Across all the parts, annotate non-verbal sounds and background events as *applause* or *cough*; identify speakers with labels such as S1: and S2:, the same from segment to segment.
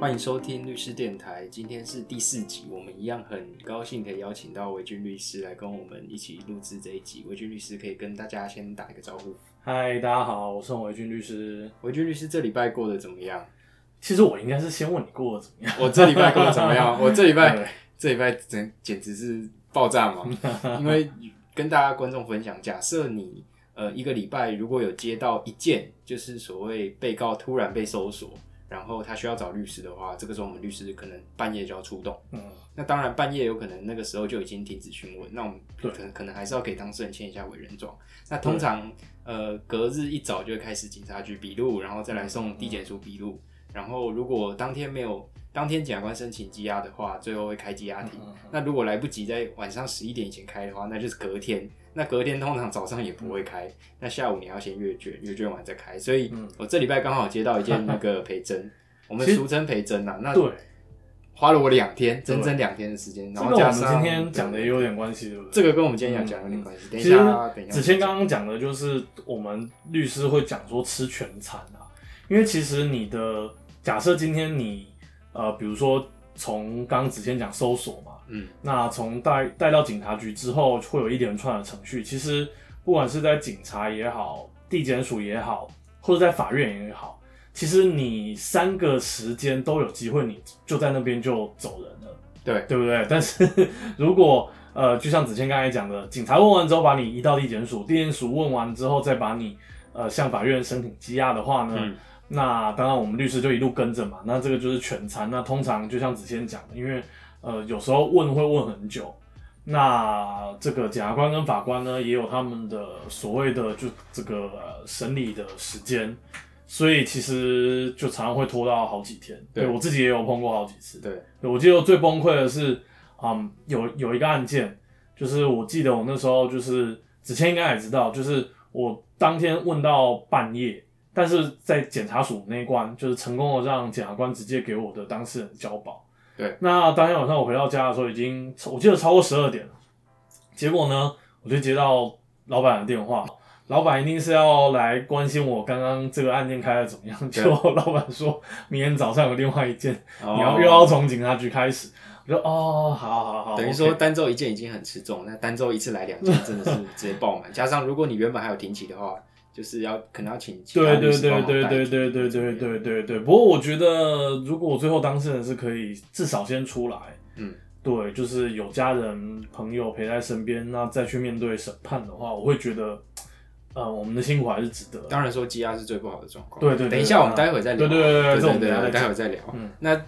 S1: 欢迎收听律师电台，今天是第四集，我们一样很高兴可以邀请到维军律师来跟我们一起录制这一集。维军律师可以跟大家先打一个招呼。
S2: 嗨，大家好，我是王维军律师。
S1: 维军律师这礼拜过得怎么样？
S2: 其实我应该是先问你过得怎么样。
S1: 我这礼拜过得怎么样？我这礼拜
S2: 对
S1: 这礼拜简简直是爆炸嘛！因为跟大家观众分享，假设你呃一个礼拜如果有接到一件就是所谓被告突然被搜索，然后他需要找律师的话，这个时候我们律师可能半夜就要出动。
S2: 嗯，
S1: 那当然，半夜有可能那个时候就已经停止询问，那我们可
S2: 对
S1: 能可能还是要给当事人签一下委任状。那通常呃隔日一早就会开始警察局笔录，然后再来送地检署笔录。然后如果当天没有当天检察官申请羁押的话，最后会开羁押庭。
S2: 嗯嗯
S1: 那如果来不及在晚上十一点以前开的话，那就是隔天。那隔天通常早上也不会开，那下午你要先阅卷，阅卷完再开。所以
S2: 嗯
S1: 我这礼拜刚好接到一件那个 *laughs* 陪侦，我们
S2: 其实
S1: 俗称陪侦啊。那
S2: 嗯对，
S1: 花了我两天，整整两天的时间，
S2: 这
S1: 然
S2: 跟
S1: 后
S2: 我
S1: 加
S2: 们
S1: 上
S2: 今天讲的也有点关系，对不对？
S1: 这个跟我们今天要讲有点关系。等一
S2: 其实
S1: 下，等一下，
S2: 子谦刚刚讲的就是我们律师会讲说吃全餐啊，因为其实你的假设今天你呃，比如说从刚刚子谦讲搜索嘛，
S1: 嗯，
S2: 那从带带到警察局之后，会有一连串的程序。其实不管是在警察也好，地检署也好，或者在法院也好，其实你三个时间都有机会，你就在那边就走人了，
S1: 对，
S2: 对不对？ *laughs* 但是如果呃，就像子谦刚才讲的，警察问完之后把你移到地检署，地检署问完之后再把你呃向法院申请羁押的话呢，
S1: 嗯
S2: 那当然，我们律师就一路跟着嘛。那这个就是全餐。那通常就像子谦讲的，因为呃有时候问会问很久。那这个检察官跟法官呢，也有他们的所谓的就这个、呃审理的时间，所以其实就常常会拖到好几天。
S1: 对
S2: 对我自己也有碰过好几次。
S1: 对，
S2: 对我记得最崩溃的是，嗯，有有一个案件，就是我记得我那时候就是子谦应该也知道，就是我当天问到半夜，但是在检察署那一关，就是成功的让检察官直接给我的当事人交保。
S1: 对，
S2: 那当天晚上我回到家的时候，已经我记得超过十二点了。结果呢，我就接到老板的电话，老板一定是要来关心我刚刚这个案件开的怎么样。
S1: 对
S2: 结果老板说明天早上有另外一件
S1: 你
S2: 你要又要从警察局开始，我就哦，好好好，
S1: 等于说
S2: OK
S1: 单周一件已经很吃重，那单周一次来两件真的是直接爆
S2: *laughs*
S1: 满。加上如果你原本还有停起的话，就是要可能要请其他
S2: 对
S1: 律
S2: 对
S1: 师帮
S2: 对
S1: 忙
S2: 对
S1: 代
S2: 对
S1: 替
S2: 对对对对对对。不过我觉得，如果最后当事人是可以至少先出来，
S1: 嗯，
S2: 对，就是有家人朋友陪在身边，那再去面对审判的话，我会觉得，呃，我们的辛苦还是值得。
S1: 当然说羁押是最不好的状况。
S2: 对对对
S1: 等一下我们待会再聊。啊
S2: 对对对对
S1: 对
S2: 这我
S1: 对
S2: 们等一下再
S1: 待
S2: 讲
S1: 会再聊啊
S2: 嗯。
S1: 那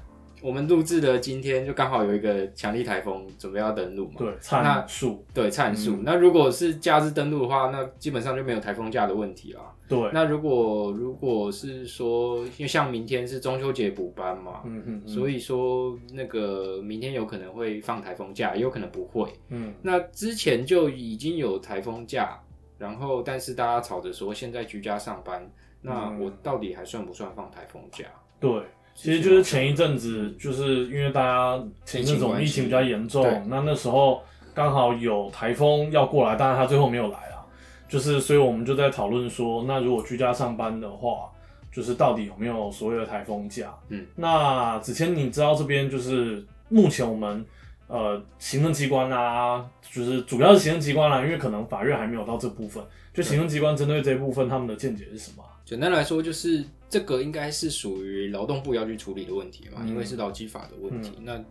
S1: 我们录制的今天就刚好有一个强力台风准备要登陆嘛，
S2: 对，
S1: 那
S2: 参数，
S1: 对，灿数。
S2: 嗯
S1: 那如果是假日登陆的话，那基本上就没有台风假的问题啦。
S2: 对，
S1: 那如果如果是说，因为像明天是中秋节补班嘛，
S2: 嗯嗯，嗯
S1: 所以说那个明天有可能会放台风假，也有可能不会。
S2: 嗯，
S1: 那之前就已经有台风假，然后但是大家吵着说现在居家上班，那
S2: 嗯
S1: 我到底还算不算放台风假？
S2: 对。其实就是前一阵子，就是因为大家前一阵子我们疫情比较严
S1: 疫情关
S2: 重，那那时候刚好有台风要过来，但是它最后没有来啊。就是所以我们就在讨论说，那如果居家上班的话，就是到底有没有所谓的台风假？
S1: 嗯，
S2: 那子谦，你知道这边就是目前我们呃行政机关啊，就是主要是行政机关啦、啊因为可能法院还没有到这部分，就行政机关针对这部分他们的见解是什么啊？
S1: 简单来说，就是这个应该是属于劳动部要去处理的问题嘛，
S2: 嗯
S1: 因为是劳基法的问题。那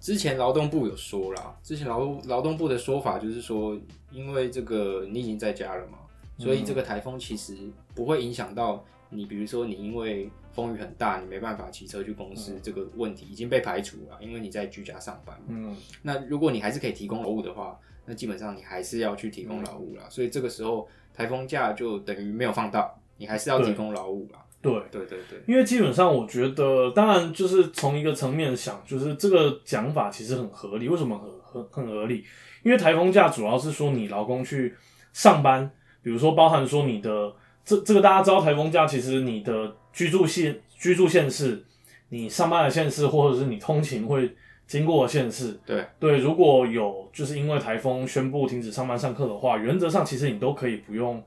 S1: 之前劳动部有说啦，之前劳劳动部的说法就是说，因为这个你已经在家了嘛，所
S2: 嗯
S1: 以这个台风其实不会影响到你，比如说你因为风雨很大，你没办法骑车去公司
S2: 嗯
S1: 这个问题已经被排除了，因为你在居家上班嘛。
S2: 嗯，
S1: 那如果你还是可以提供劳务的话，那基本上你还是要去提供劳务啦。所以这个时候台风假就等于没有放到，你还是要提供劳务啦。
S2: 对。
S1: 对对对，
S2: 因为基本上我觉得，当然就是从一个层面想，就是这个讲法其实很合理。为什么很很很合理？因为台风假主要是说你劳工去上班，比如说包含说你的这这个大家知道，台风假其实你的居住县居住县市，你上班的县市或者是你通勤会经过的县市，
S1: 对
S2: 对，如果有就是因为台风宣布停止上班上课的话，原则上其实你都可以不用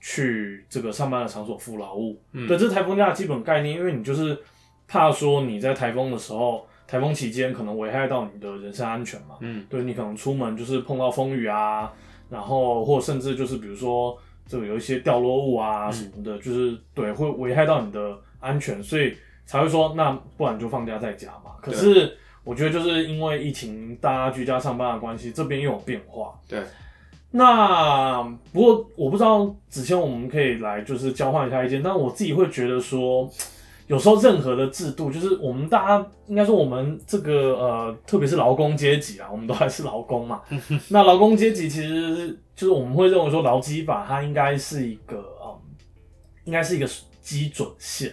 S2: 去这个上班的场所付劳务。
S1: 嗯
S2: 对，这是台风假的基本概念，因为你就是怕说你在台风的时候，台风期间可能危害到你的人身安全嘛。
S1: 嗯，
S2: 对你可能出门就是碰到风雨啊，然后或甚至就是比如说这个有一些掉落物啊什么的，就是对会危害到你的安全，所以才会说那不然就放假在家嘛。可是我觉得就是因为疫情大家居家上班的关系，这边又有变化。
S1: 对，
S2: 那不过我不知道子谦，我们可以来就是交换一下意见，但我自己会觉得说。有时候任何的制度，就是我们大家应该说我们这个呃，特别是劳工阶级啊，我们都还是劳
S1: *laughs*
S2: 工嘛。那劳工阶级其实就是我们会认为说劳基法它应该是一个嗯，应该是一个基准线，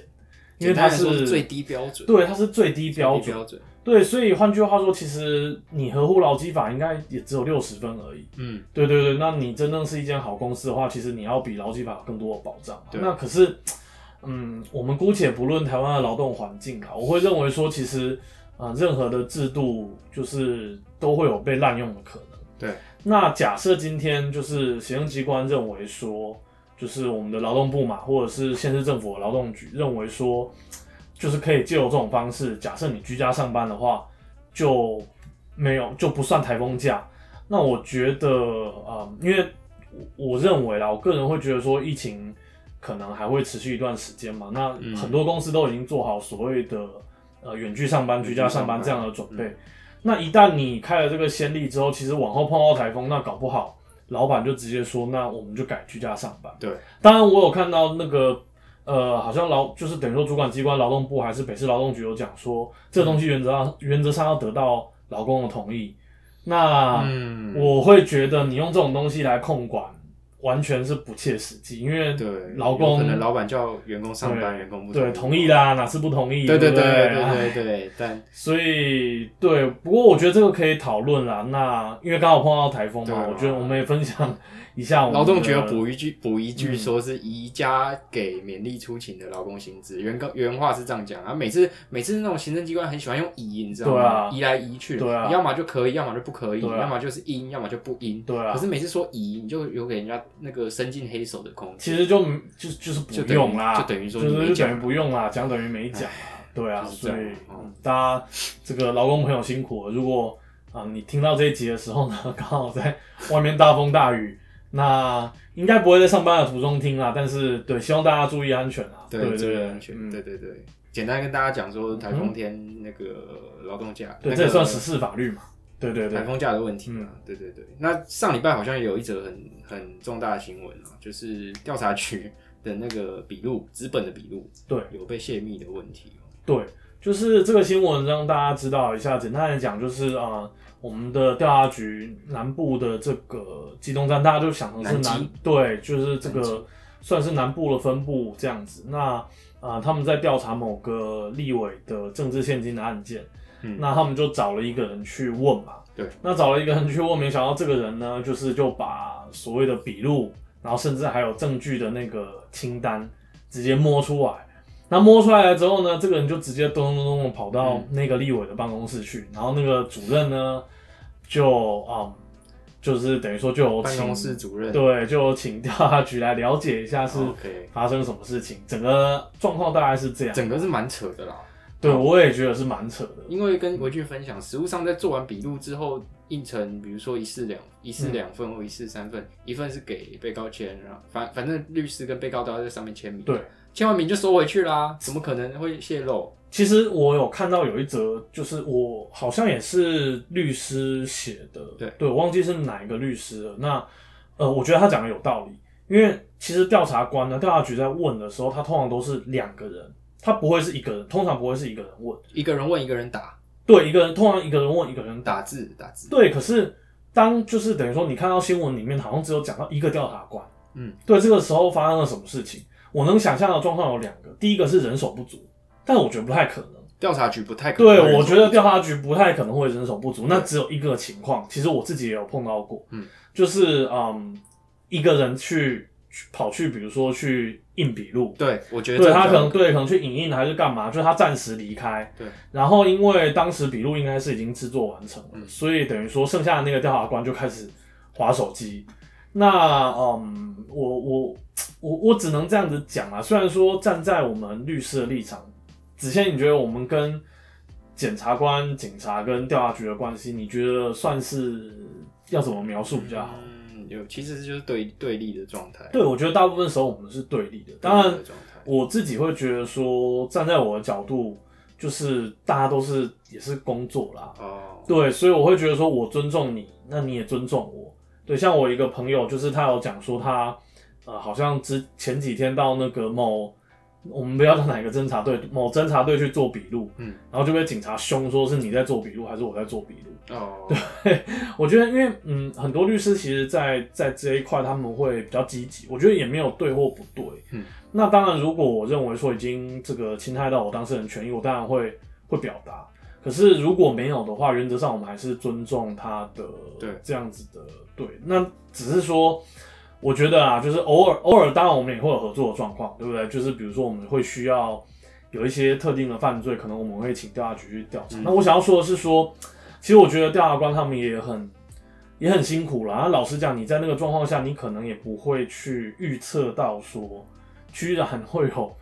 S2: 因为它
S1: 简单来说
S2: 是
S1: 是最低标准，
S2: 对，它是最低标
S1: 最低
S2: 准。
S1: 标准，
S2: 对，所以换句话说，其实你合乎劳基法应该也只有六十分而已。
S1: 嗯，
S2: 对对对，那你真正是一间好公司的话，其实你要比劳基法有更多的保障嘛。啊
S1: 对
S2: 那可是，嗯，我们姑且不论台湾的劳动环境啦，啊我会认为说，其实啊、呃任何的制度就是都会有被滥用的可能。
S1: 对，
S2: 那假设今天就是行政机关认为说，就是我们的劳动部嘛，或者是县市政府的劳动局认为说，就是可以借由这种方式，假设你居家上班的话，就没有就不算台风假。那我觉得，呃，因为我我认为啦，我个人会觉得说，疫情可能还会持续一段时间嘛。那
S1: 嗯
S2: 很多公司都已经做好所谓的呃远距上班、
S1: 远距
S2: 居家上
S1: 上
S2: 班
S1: 班
S2: 这样的准备。
S1: 嗯
S2: 那一旦你开了这个先例之后，其实往后碰到台风，那搞不好老板就直接说，那我们就改居家上班。
S1: 对，
S2: 当然我有看到那个呃，好像劳就是等于说主管机关劳动部还是北市劳动局有讲说，这个东西原则上、
S1: 嗯
S2: 原则上要得到劳工的同意。那、
S1: 嗯，
S2: 啊我会觉得你用这种东西来控管，完全是不切实际，因为
S1: 对，
S2: 劳工
S1: 有可能老板叫员工上班，
S2: 对
S1: 员工不
S2: 对
S1: 意
S2: 同意，啦，哪次不同意？
S1: 对对
S2: 对不
S1: 对
S2: 对
S1: 对对对，但
S2: 所以对，不过我觉得这个可以讨论啦。那因为刚好碰到台风
S1: 对
S2: 嘛
S1: 啊，
S2: 我觉得我们也分享一下我们的
S1: 劳动局有补一句，补一句
S2: 嗯
S1: 说是宜家给勉励出勤的劳工薪资，原告原话是这样讲啊。每次每次那种行政机关很喜欢用宜，你知道
S2: 对啊
S1: 吗？宜来宜去，
S2: 对啊
S1: 你要么就可以，要么就不可以，
S2: 对啊
S1: 要么就是应，要么就不应。
S2: 对啊
S1: 可，是每次说宜，你就有给人家那个伸进黑手的空间。
S2: 其实就就就
S1: 就
S2: 是
S1: 等
S2: 不
S1: 于
S2: 用啦，
S1: 就等于说
S2: 就
S1: 你
S2: 是
S1: 没
S2: 就等于
S1: 讲，
S2: 不用啦，讲等于没讲啦。对啊，
S1: 就是
S2: 所以
S1: 这样
S2: 嗯
S1: 嗯
S2: 大家这个劳工朋友辛苦了。如果啊、你听到这一集的时候呢，刚好在外面大风大雨，那应该不会在上班的途中听啦。但是对，希望大家注意安全啊。 *laughs* 对
S1: 对，这
S2: 对
S1: 个安全，
S2: 嗯
S1: 对对对。简单跟大家讲说，台风天那个劳动假，
S2: 对，
S1: 那
S2: 这也
S1: 个
S2: 算实施法律嘛。对对对嗯
S1: 台，风假的问题啊，对对对。那上礼拜好像也有一则很很重大的新闻啊，就是调查局 *laughs* 的那个笔录，资本的笔录，
S2: 对，
S1: 有被泄密的问题哦。
S2: 对，就是这个新闻让大家知道一下。简单来讲，就是啊、呃我们的调查局南部的这个机动站，大家就想成是
S1: 南
S2: 南，
S1: 机
S2: 对，就是这
S1: 南
S2: 个算是南部的分部这样子。那啊、呃他们在调查某个立委的政治现金的案件，
S1: 嗯
S2: 那他们就找了一个人去问嘛。
S1: 对，
S2: 那找了一个人去问，没想到这个人呢，就是就把所谓的笔录，然后甚至还有证据的那个清单直接摸出来。那摸出来了之后呢，这个人就直接咚咚咚咚跑到
S1: 嗯
S2: 那个立委的办公室去，然后那个主任呢，就嗯，就是等于说就有
S1: 办
S2: 请
S1: 公室主任哦
S2: 对，就有请调查局来了解一下是
S1: OK，
S2: 发生什么事情，整个状况大概是这样。
S1: 整个是蛮扯的啦。
S2: 对，我也觉得是蛮扯的。
S1: 因为跟维俊分享，实物上在做完笔录之后，印成比如说一式两一
S2: 嗯
S1: 式两份或一式三份，一份是给被告签，然后反反正律师跟被告都要在上面签名，
S2: 对，
S1: 签完名就收回去啦，怎么可能会泄露？
S2: 其实我有看到有一则，就是我好像也是律师写的，
S1: 对
S2: 我忘记是哪一个律师了。那呃，我觉得他讲的有道理，因为其实调查官呢，调查局在问的时候，他通常都是两个人，他不会是一个人，通常不会是一个人问，
S1: 一个人问一个人打
S2: 对，一个人通常一个人问一个人答，
S1: 打字打字，
S2: 对。可是当就是等于说，你看到新闻里面好像只有讲到一个调查官，
S1: 嗯，
S2: 对，这个时候发生了什么事情？我能想象的状况有两个，第一个是人手不足，但我觉得不太可能。
S1: 调查局不太可能会
S2: 对，我
S1: 认
S2: 觉
S1: 出
S2: 得
S1: 你
S2: 调查局不太可能会人手不足，那
S1: 对
S2: 只有一个情况，其实我自己也有碰到过，
S1: 嗯，
S2: 就是嗯，一个人去去跑去，比如说去印笔录，
S1: 对，我觉得
S2: 对
S1: 这
S2: 他可
S1: 比较
S2: 能对可能去影印还是干嘛，就是他暂时离开，
S1: 对，
S2: 然后因为当时笔录应该是已经制作完成了，
S1: 嗯
S2: 所以等于说剩下的那个调查官就开始划手机。那嗯，我我我我只能这样子讲啊，虽然说站在我们律师的立场，子谦，你觉得我们跟检察官、警察跟调查局的关系，你觉得算是要怎么描述比较好？
S1: 嗯，有其实就是对对立的状态，
S2: 对，我觉得大部分时候我们是对立的。
S1: 对
S2: 当然
S1: 立，的状态，
S2: 我自己会觉得说，站在我的角度，就是大家都是也是工作啦，
S1: 哦，
S2: 对，所以我会觉得说我尊重你，那你也尊重我。对，像我一个朋友，就是他有讲说他，呃，好像之前几天到那个某，我们不要到哪个侦查队，某侦查队去做笔录，
S1: 嗯，
S2: 然后就被警察凶，说是你在做笔录还是我在做笔录。
S1: 哦，
S2: 我觉得，因为嗯，很多律师其实在，在这一块他们会比较积极，我觉得也没有对或不对。
S1: 嗯，
S2: 那当然，如果我认为说已经这个侵害到我当事人权益，我当然会会表达。可是如果没有的话，原则上我们还是尊重他的
S1: 对
S2: 这样子的对。那只是说，我觉得啊，就是偶尔偶尔，当然我们也会有合作的状况，对不对？就是比如说我们会需要有一些特定的犯罪，可能我们会请调查局去调查。
S1: 嗯
S2: 那我想要说的是说，其实我觉得调查官他们也很也很辛苦啦。那老实讲，你在那个状况下，你可能也不会去预测到说，居然会有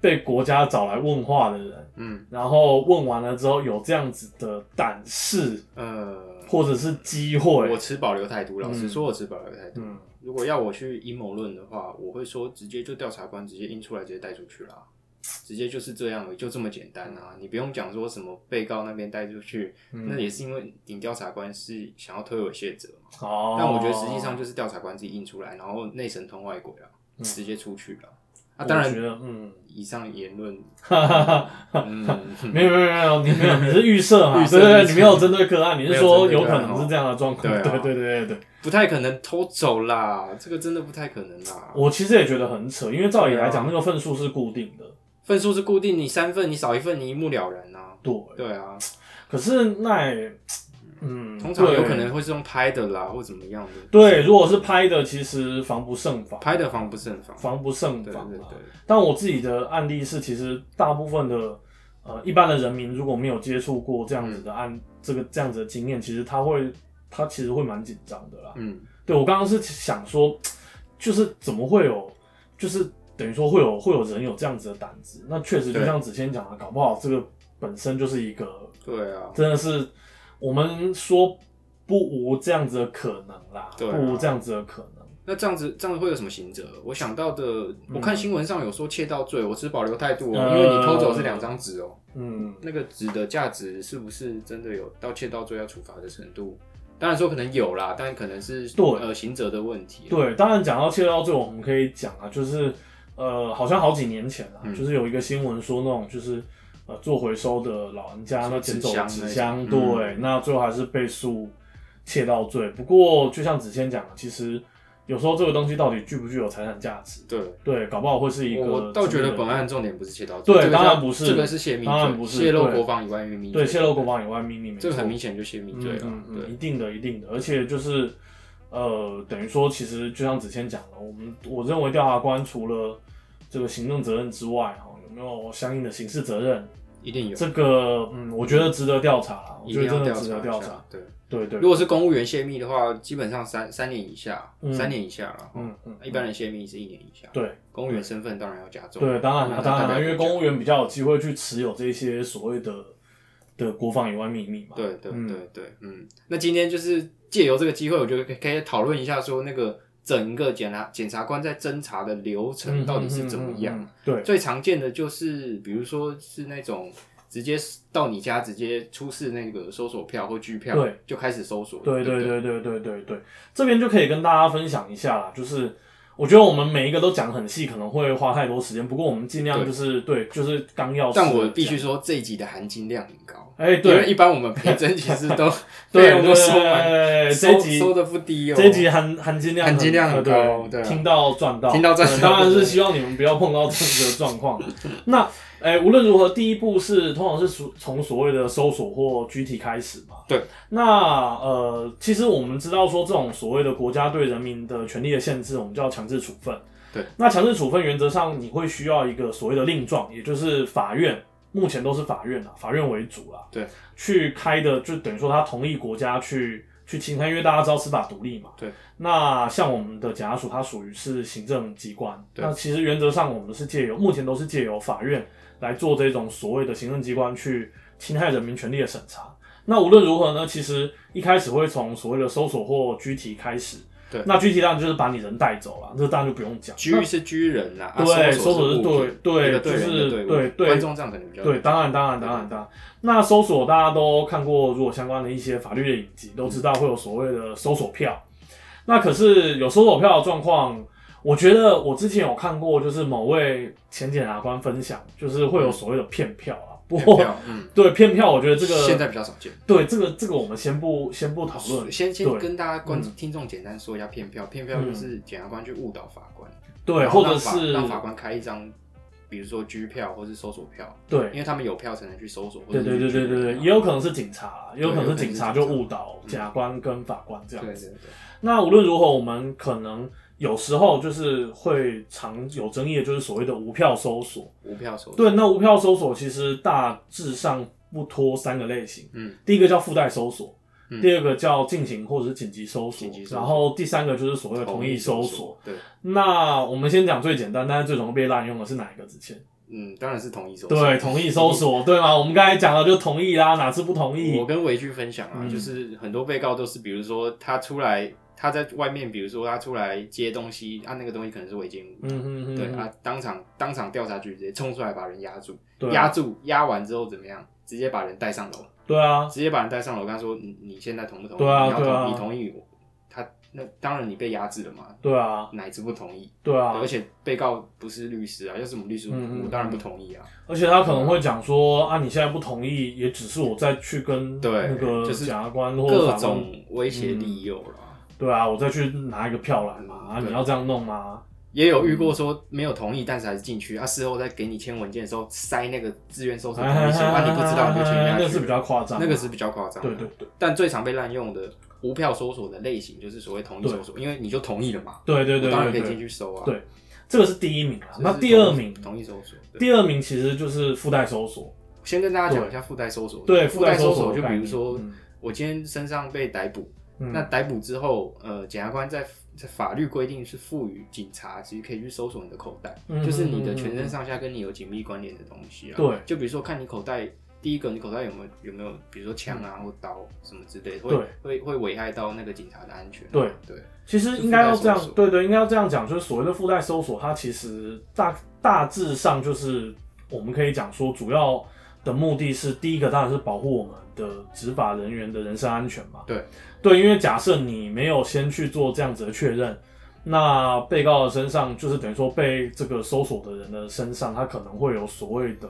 S2: 被国家找来问话的人，
S1: 嗯，
S2: 然后问完了之后有这样子的胆识
S1: 呃，
S2: 或者是机会
S1: 我，持保留态度，老实
S2: 嗯
S1: 说，我持保留态度。
S2: 嗯，
S1: 如果要我去阴谋论的话，我会说直接就调查官直接印出来，直接带出去啦，直接就是这样而已，就这么简单啊！你不用讲说什么被告那边带出去，
S2: 嗯
S1: 那也是因为顶调查官是想要推诿卸责嘛。
S2: 哦，
S1: 但我觉得实际上就是调查官自己印出来，然后内神通外鬼啦，
S2: 嗯
S1: 直接出去了。啊，
S2: 我
S1: 当
S2: 觉
S1: 然，
S2: 得
S1: *laughs*
S2: 嗯。
S1: 以上言
S2: *laughs*
S1: 论，
S2: 哈哈哈，
S1: 嗯，
S2: 没有没有没有，你没有，你是预设
S1: *laughs*
S2: 嘛？
S1: 预设
S2: 对对
S1: 预
S2: 对，
S1: 设
S2: 你没有针对个案，你是说
S1: 没有针对
S2: 有可
S1: 个案
S2: 能是这样的状况？
S1: 对啊
S2: 对对对对对，
S1: 不太可能偷走啦，这个真的不太可能啦。
S2: 我其实也觉得很扯，因为照理来讲，
S1: 对啊
S2: 那个份数是固定的，
S1: 份数是固定，你三份，你少一份，你一目了然啊。
S2: 对。
S1: 对啊，
S2: 可是那也，嗯，
S1: 通常
S2: 对
S1: 有可能会是用拍的啦，或怎么样的。
S2: 对，如果是拍的，其实防不胜防，
S1: 拍的防不胜防。
S2: 防不胜
S1: 对
S2: 防
S1: 对
S2: 啊
S1: 对，
S2: 但我自己的案例是，其实大部分的呃一般的人民如果没有接触过这样子
S1: 嗯
S2: 的案，这个这样子的经验，其实他会他其实会蛮紧张的啦。
S1: 嗯，
S2: 对我刚刚是想说，就是怎么会有，就是等于说会有会有人有这样子的胆子？那确实就
S1: 对
S2: 像子谦讲的，搞不好这个本身就是一个
S1: 对啊，
S2: 真的是我们说不无这样子的可能啦，
S1: 对啊
S2: 不无这样子的可能。
S1: 那这样子这样子会有什么刑责？我想到的，我看新闻上有说窃盗罪，我持保留态度哦，
S2: 嗯呃
S1: 因为你偷走是两张纸哦，
S2: 嗯，
S1: 那个纸的价值是不是真的有到窃盗罪要处罚的程度？当然说可能有啦，但可能是
S2: 对
S1: 呃刑责的问题。
S2: 对，当然讲到窃盗罪，我们可以讲啊，就是呃，好像好几年前啊，
S1: 嗯
S2: 就是有一个新闻说那种就是呃做回收的老人家
S1: 什么
S2: 那捡走
S1: 纸箱
S2: 纸
S1: 那
S2: 箱，
S1: 种
S2: 对，
S1: 嗯
S2: 那最后还是被诉窃盗罪。不过就像子谦讲的，其实有时候这个东西到底具不具有财产价值，
S1: 对，
S2: 对，搞不好会是一个
S1: 我我倒觉得
S2: 致命
S1: 本
S2: 的
S1: 案重点不是窃盗罪，
S2: 对
S1: 这个
S2: 当然
S1: 叫
S2: 不是
S1: 这个是泄密
S2: 当然
S1: 罪，
S2: 不是
S1: 泄露
S2: 对
S1: 国防以外秘密罪，
S2: 对泄露国防以外秘密没
S1: 这
S2: 错，
S1: 个很明显就泄密罪了。啊
S2: 嗯嗯嗯，
S1: 对
S2: 一定的，一定的，而且就是呃，等于说，其实就像子谦讲了，我们我认为调查官除了这个行政责任之外，哈，有没有相应的刑事责任？
S1: 一定有，
S2: 这个嗯，我觉得值得调查啦，我
S1: 一
S2: 觉
S1: 定
S2: 得真
S1: 要
S2: 的
S1: 调
S2: 值
S1: 查
S2: 得
S1: 一
S2: 调
S1: 下
S2: 查。。
S1: 对，
S2: 对对
S1: 如，果是公务员泄密的话，基本上三三年以下，
S2: 嗯
S1: 三年以下了。
S2: 嗯嗯，
S1: 啊一般人泄密是一年以下。
S2: 对
S1: 公务员身份当然要加重。
S2: 对，当然啦，
S1: 那
S2: 当然
S1: 代
S2: 啦，
S1: 表
S2: 因为
S1: 国家
S2: 公务员比较有机会去持有这些所谓的的国防以外秘密嘛。
S1: 对对
S2: 嗯
S1: 对对，嗯。那今天就是借由这个机会，我觉得可以可以讨论一下，说那个整个检察检察官在侦查的流程
S2: 嗯，
S1: 到底是怎么样
S2: 嗯？。嗯嗯嗯对，
S1: 最常见的就是，比如说是那种直接到你家直接出示那个搜索票或拘票，
S2: 对，
S1: 就开始搜索了。
S2: 对
S1: 对
S2: 对
S1: 不
S2: 对对对对对，这边就可以跟大家分享一下啦，就是。我觉得我们每一个都讲很细，可能会花太多时间。不过我们尽量
S1: 对
S2: 就是对，就是纲要式地讲。
S1: 但我必须说，这一集的含金量很高。
S2: 哎，
S1: 因为
S2: 对
S1: 一般我们培真其实都
S2: *laughs* 对
S1: 被我
S2: 对
S1: 们收买，
S2: 对，这
S1: 收
S2: 一集
S1: 收的不低哦。
S2: 这一集含含金量
S1: 含金量
S2: 很
S1: 很高对
S2: 对
S1: 啊
S2: 听到赚到，
S1: 听到赚
S2: 呃
S1: 到
S2: 当然是希望你们不要碰到这样子的
S1: *laughs*
S2: 状况。那哎，无论如何，第一步是通常是属从所谓的搜索或拘提开始嘛。
S1: 对。
S2: 那呃，其实我们知道说，这种所谓的国家对人民的权利的限制，我们叫强制处分。
S1: 对。
S2: 那强制处分原则上你会需要一个所谓的令状，也就是法院。目前都是法院啊，法院为主啦、
S1: 对，
S2: 去开的就等于说他同意国家去去清拆，因为大家知道司法独立嘛。
S1: 对。
S2: 那像我们的检察署，它属于是行政机关。
S1: 对
S2: 那其实原则上，我们是借由目前都是借由法院来做这种所谓的行政机关去侵害人民权利的审查。那无论如何呢，其实一开始会从所谓的搜索或拘提开始。
S1: 对
S2: 那拘提当然就是把你人带走了，这当然就不用讲。
S1: 居是居人啦，啊
S2: 对
S1: 搜
S2: 搜索是
S1: 物品
S2: 对对
S1: 一个对
S2: 就
S1: 人
S2: 是
S1: 一个
S2: 对
S1: 物
S2: 对
S1: 观众这样可能比较
S2: 对，当然，当然，
S1: 对
S2: 当然，当然。那搜索大家都看过，如果相关的一些法律的影集，都知道会有所谓的搜索票。那可是有搜索票的状况，我觉得我之前有看过，就是某位前检察官分享，就是会有所谓的骗票啊。不
S1: 骗
S2: 过，
S1: 票，嗯，
S2: 对骗票，我觉得这
S1: 现
S2: 个
S1: 在比较少见。
S2: 对这个这个我们先不先不讨论。
S1: 先先
S2: 对
S1: 跟大家观
S2: 嗯
S1: 听众简单说一下骗票，骗票就是检察官去误导法官，
S2: 对，
S1: 然后
S2: 或者
S1: 让法
S2: 是
S1: 让法官开一张，比如说拘票或是搜索票，
S2: 对
S1: 因为他们有票才能去搜索，或
S2: 对
S1: 者是
S2: 对对
S1: 去拘
S2: 对对对，
S1: 人啊
S2: 也有可能是警察，也有
S1: 对
S2: 可能
S1: 有可
S2: 是
S1: 能
S2: 警
S1: 是
S2: 察
S1: 警
S2: 就
S1: 察
S2: 误导
S1: 嗯
S2: 检察官跟法官这样
S1: 对
S2: 子
S1: 对。对，
S2: 那无论如何，我们可能有时候就是会常有争议，的就是所谓的无票搜索。
S1: 无票搜索，
S2: 对，那无票搜索其实大致上不脱三个类型，
S1: 嗯，
S2: 第一个叫附带搜索，
S1: 嗯
S2: 第二个叫进行或者是紧急搜索
S1: 紧急，搜索
S2: 然后第三个就是所谓的同意搜索。，
S1: 对，
S2: 那我们先讲最简单，但是最容易被滥用的是哪一个之前？
S1: 嗯，当然是同意搜索，
S2: 对，同意搜索，对吗？我们刚才讲的就同意啦，哪次不同意
S1: 我？跟维具分享啊，
S2: 嗯
S1: 就是很多被告都是，比如说他出来，他在外面，比如说他出来接东西，啊，那个东西可能是违禁物，
S2: 嗯嗯嗯，
S1: 对啊，当场当场调查局直接冲出来把人压住，
S2: 对
S1: 压
S2: 啊，
S1: 住，压完之后怎么样？直接把人带上楼，
S2: 对啊，
S1: 直接把人带上楼，跟他说嗯你你现在同不同意？
S2: 对啊
S1: 你要同
S2: 对啊
S1: 你同意我，他那当然你被压制了嘛，
S2: 对啊，
S1: 哪一次不同意？
S2: 对啊，
S1: 而且被告不是律师啊，要是我们律师，
S2: 嗯嗯
S1: 我当然不同意啊。
S2: 而且他可能会讲说啊，你现在不同意，也只是我再去跟
S1: 对
S2: 那个
S1: 就是
S2: 检察官或者
S1: 各
S2: 法嗯官，
S1: 种威胁利诱啦。
S2: 对啊，我再去拿一个票来嘛，啊，
S1: 对
S2: 你要这样弄吗？
S1: 也有遇过说没有同意，但是还是进去。啊，事后在给你签文件的时候塞那个自愿收受同意书，啊，你不知道你就签下
S2: 那
S1: 去。
S2: 个是比较夸张，
S1: 那个是比较夸张。
S2: 对对。对
S1: 但最常被滥用的无票搜索的类型就是所谓同意搜索，因为你就同意了嘛，
S2: 对对
S1: 我当然
S2: 对
S1: 可
S2: 对
S1: 以进去
S2: 对，
S1: 搜啊。
S2: 对这个是第一名啊。
S1: 这是
S2: 那第二名，
S1: 同意同意搜索。对
S2: 第二名其实就是附带搜索，
S1: 先跟大家讲一下附带搜索。
S2: 对
S1: 附
S2: 带
S1: 搜
S2: 索的
S1: 就
S2: 概
S1: 比
S2: 念，
S1: 如说
S2: 嗯
S1: 我今天身上被逮捕，
S2: 嗯
S1: 那逮捕之后，呃，检察官在在法律规定是赋予警察，其实可以去搜索你的口袋，
S2: 嗯
S1: 就是你的全
S2: 嗯嗯
S1: 身
S2: 嗯
S1: 上下跟你有紧密关联的东西啊。
S2: 对，
S1: 就比如说看你口袋，第一个你口袋有没有有没有，比如说枪啊或刀什么之类的，会
S2: 嗯
S1: 会
S2: 对
S1: 会危害到那个警察的安全啊。
S2: 对
S1: 对，
S2: 其实应该要这样
S1: 就附带搜，索
S2: 对对，应该要这样讲，就是所谓的附带搜索，它其实大大致上就是我们可以讲说，主要的目的是第一个当然是保护我们的执法人员的人身安全嘛。
S1: 对
S2: 对，因为假设你没有先去做这样子的确认，那被告的身上就是等于说被这个搜索的人的身上，他可能会有所谓的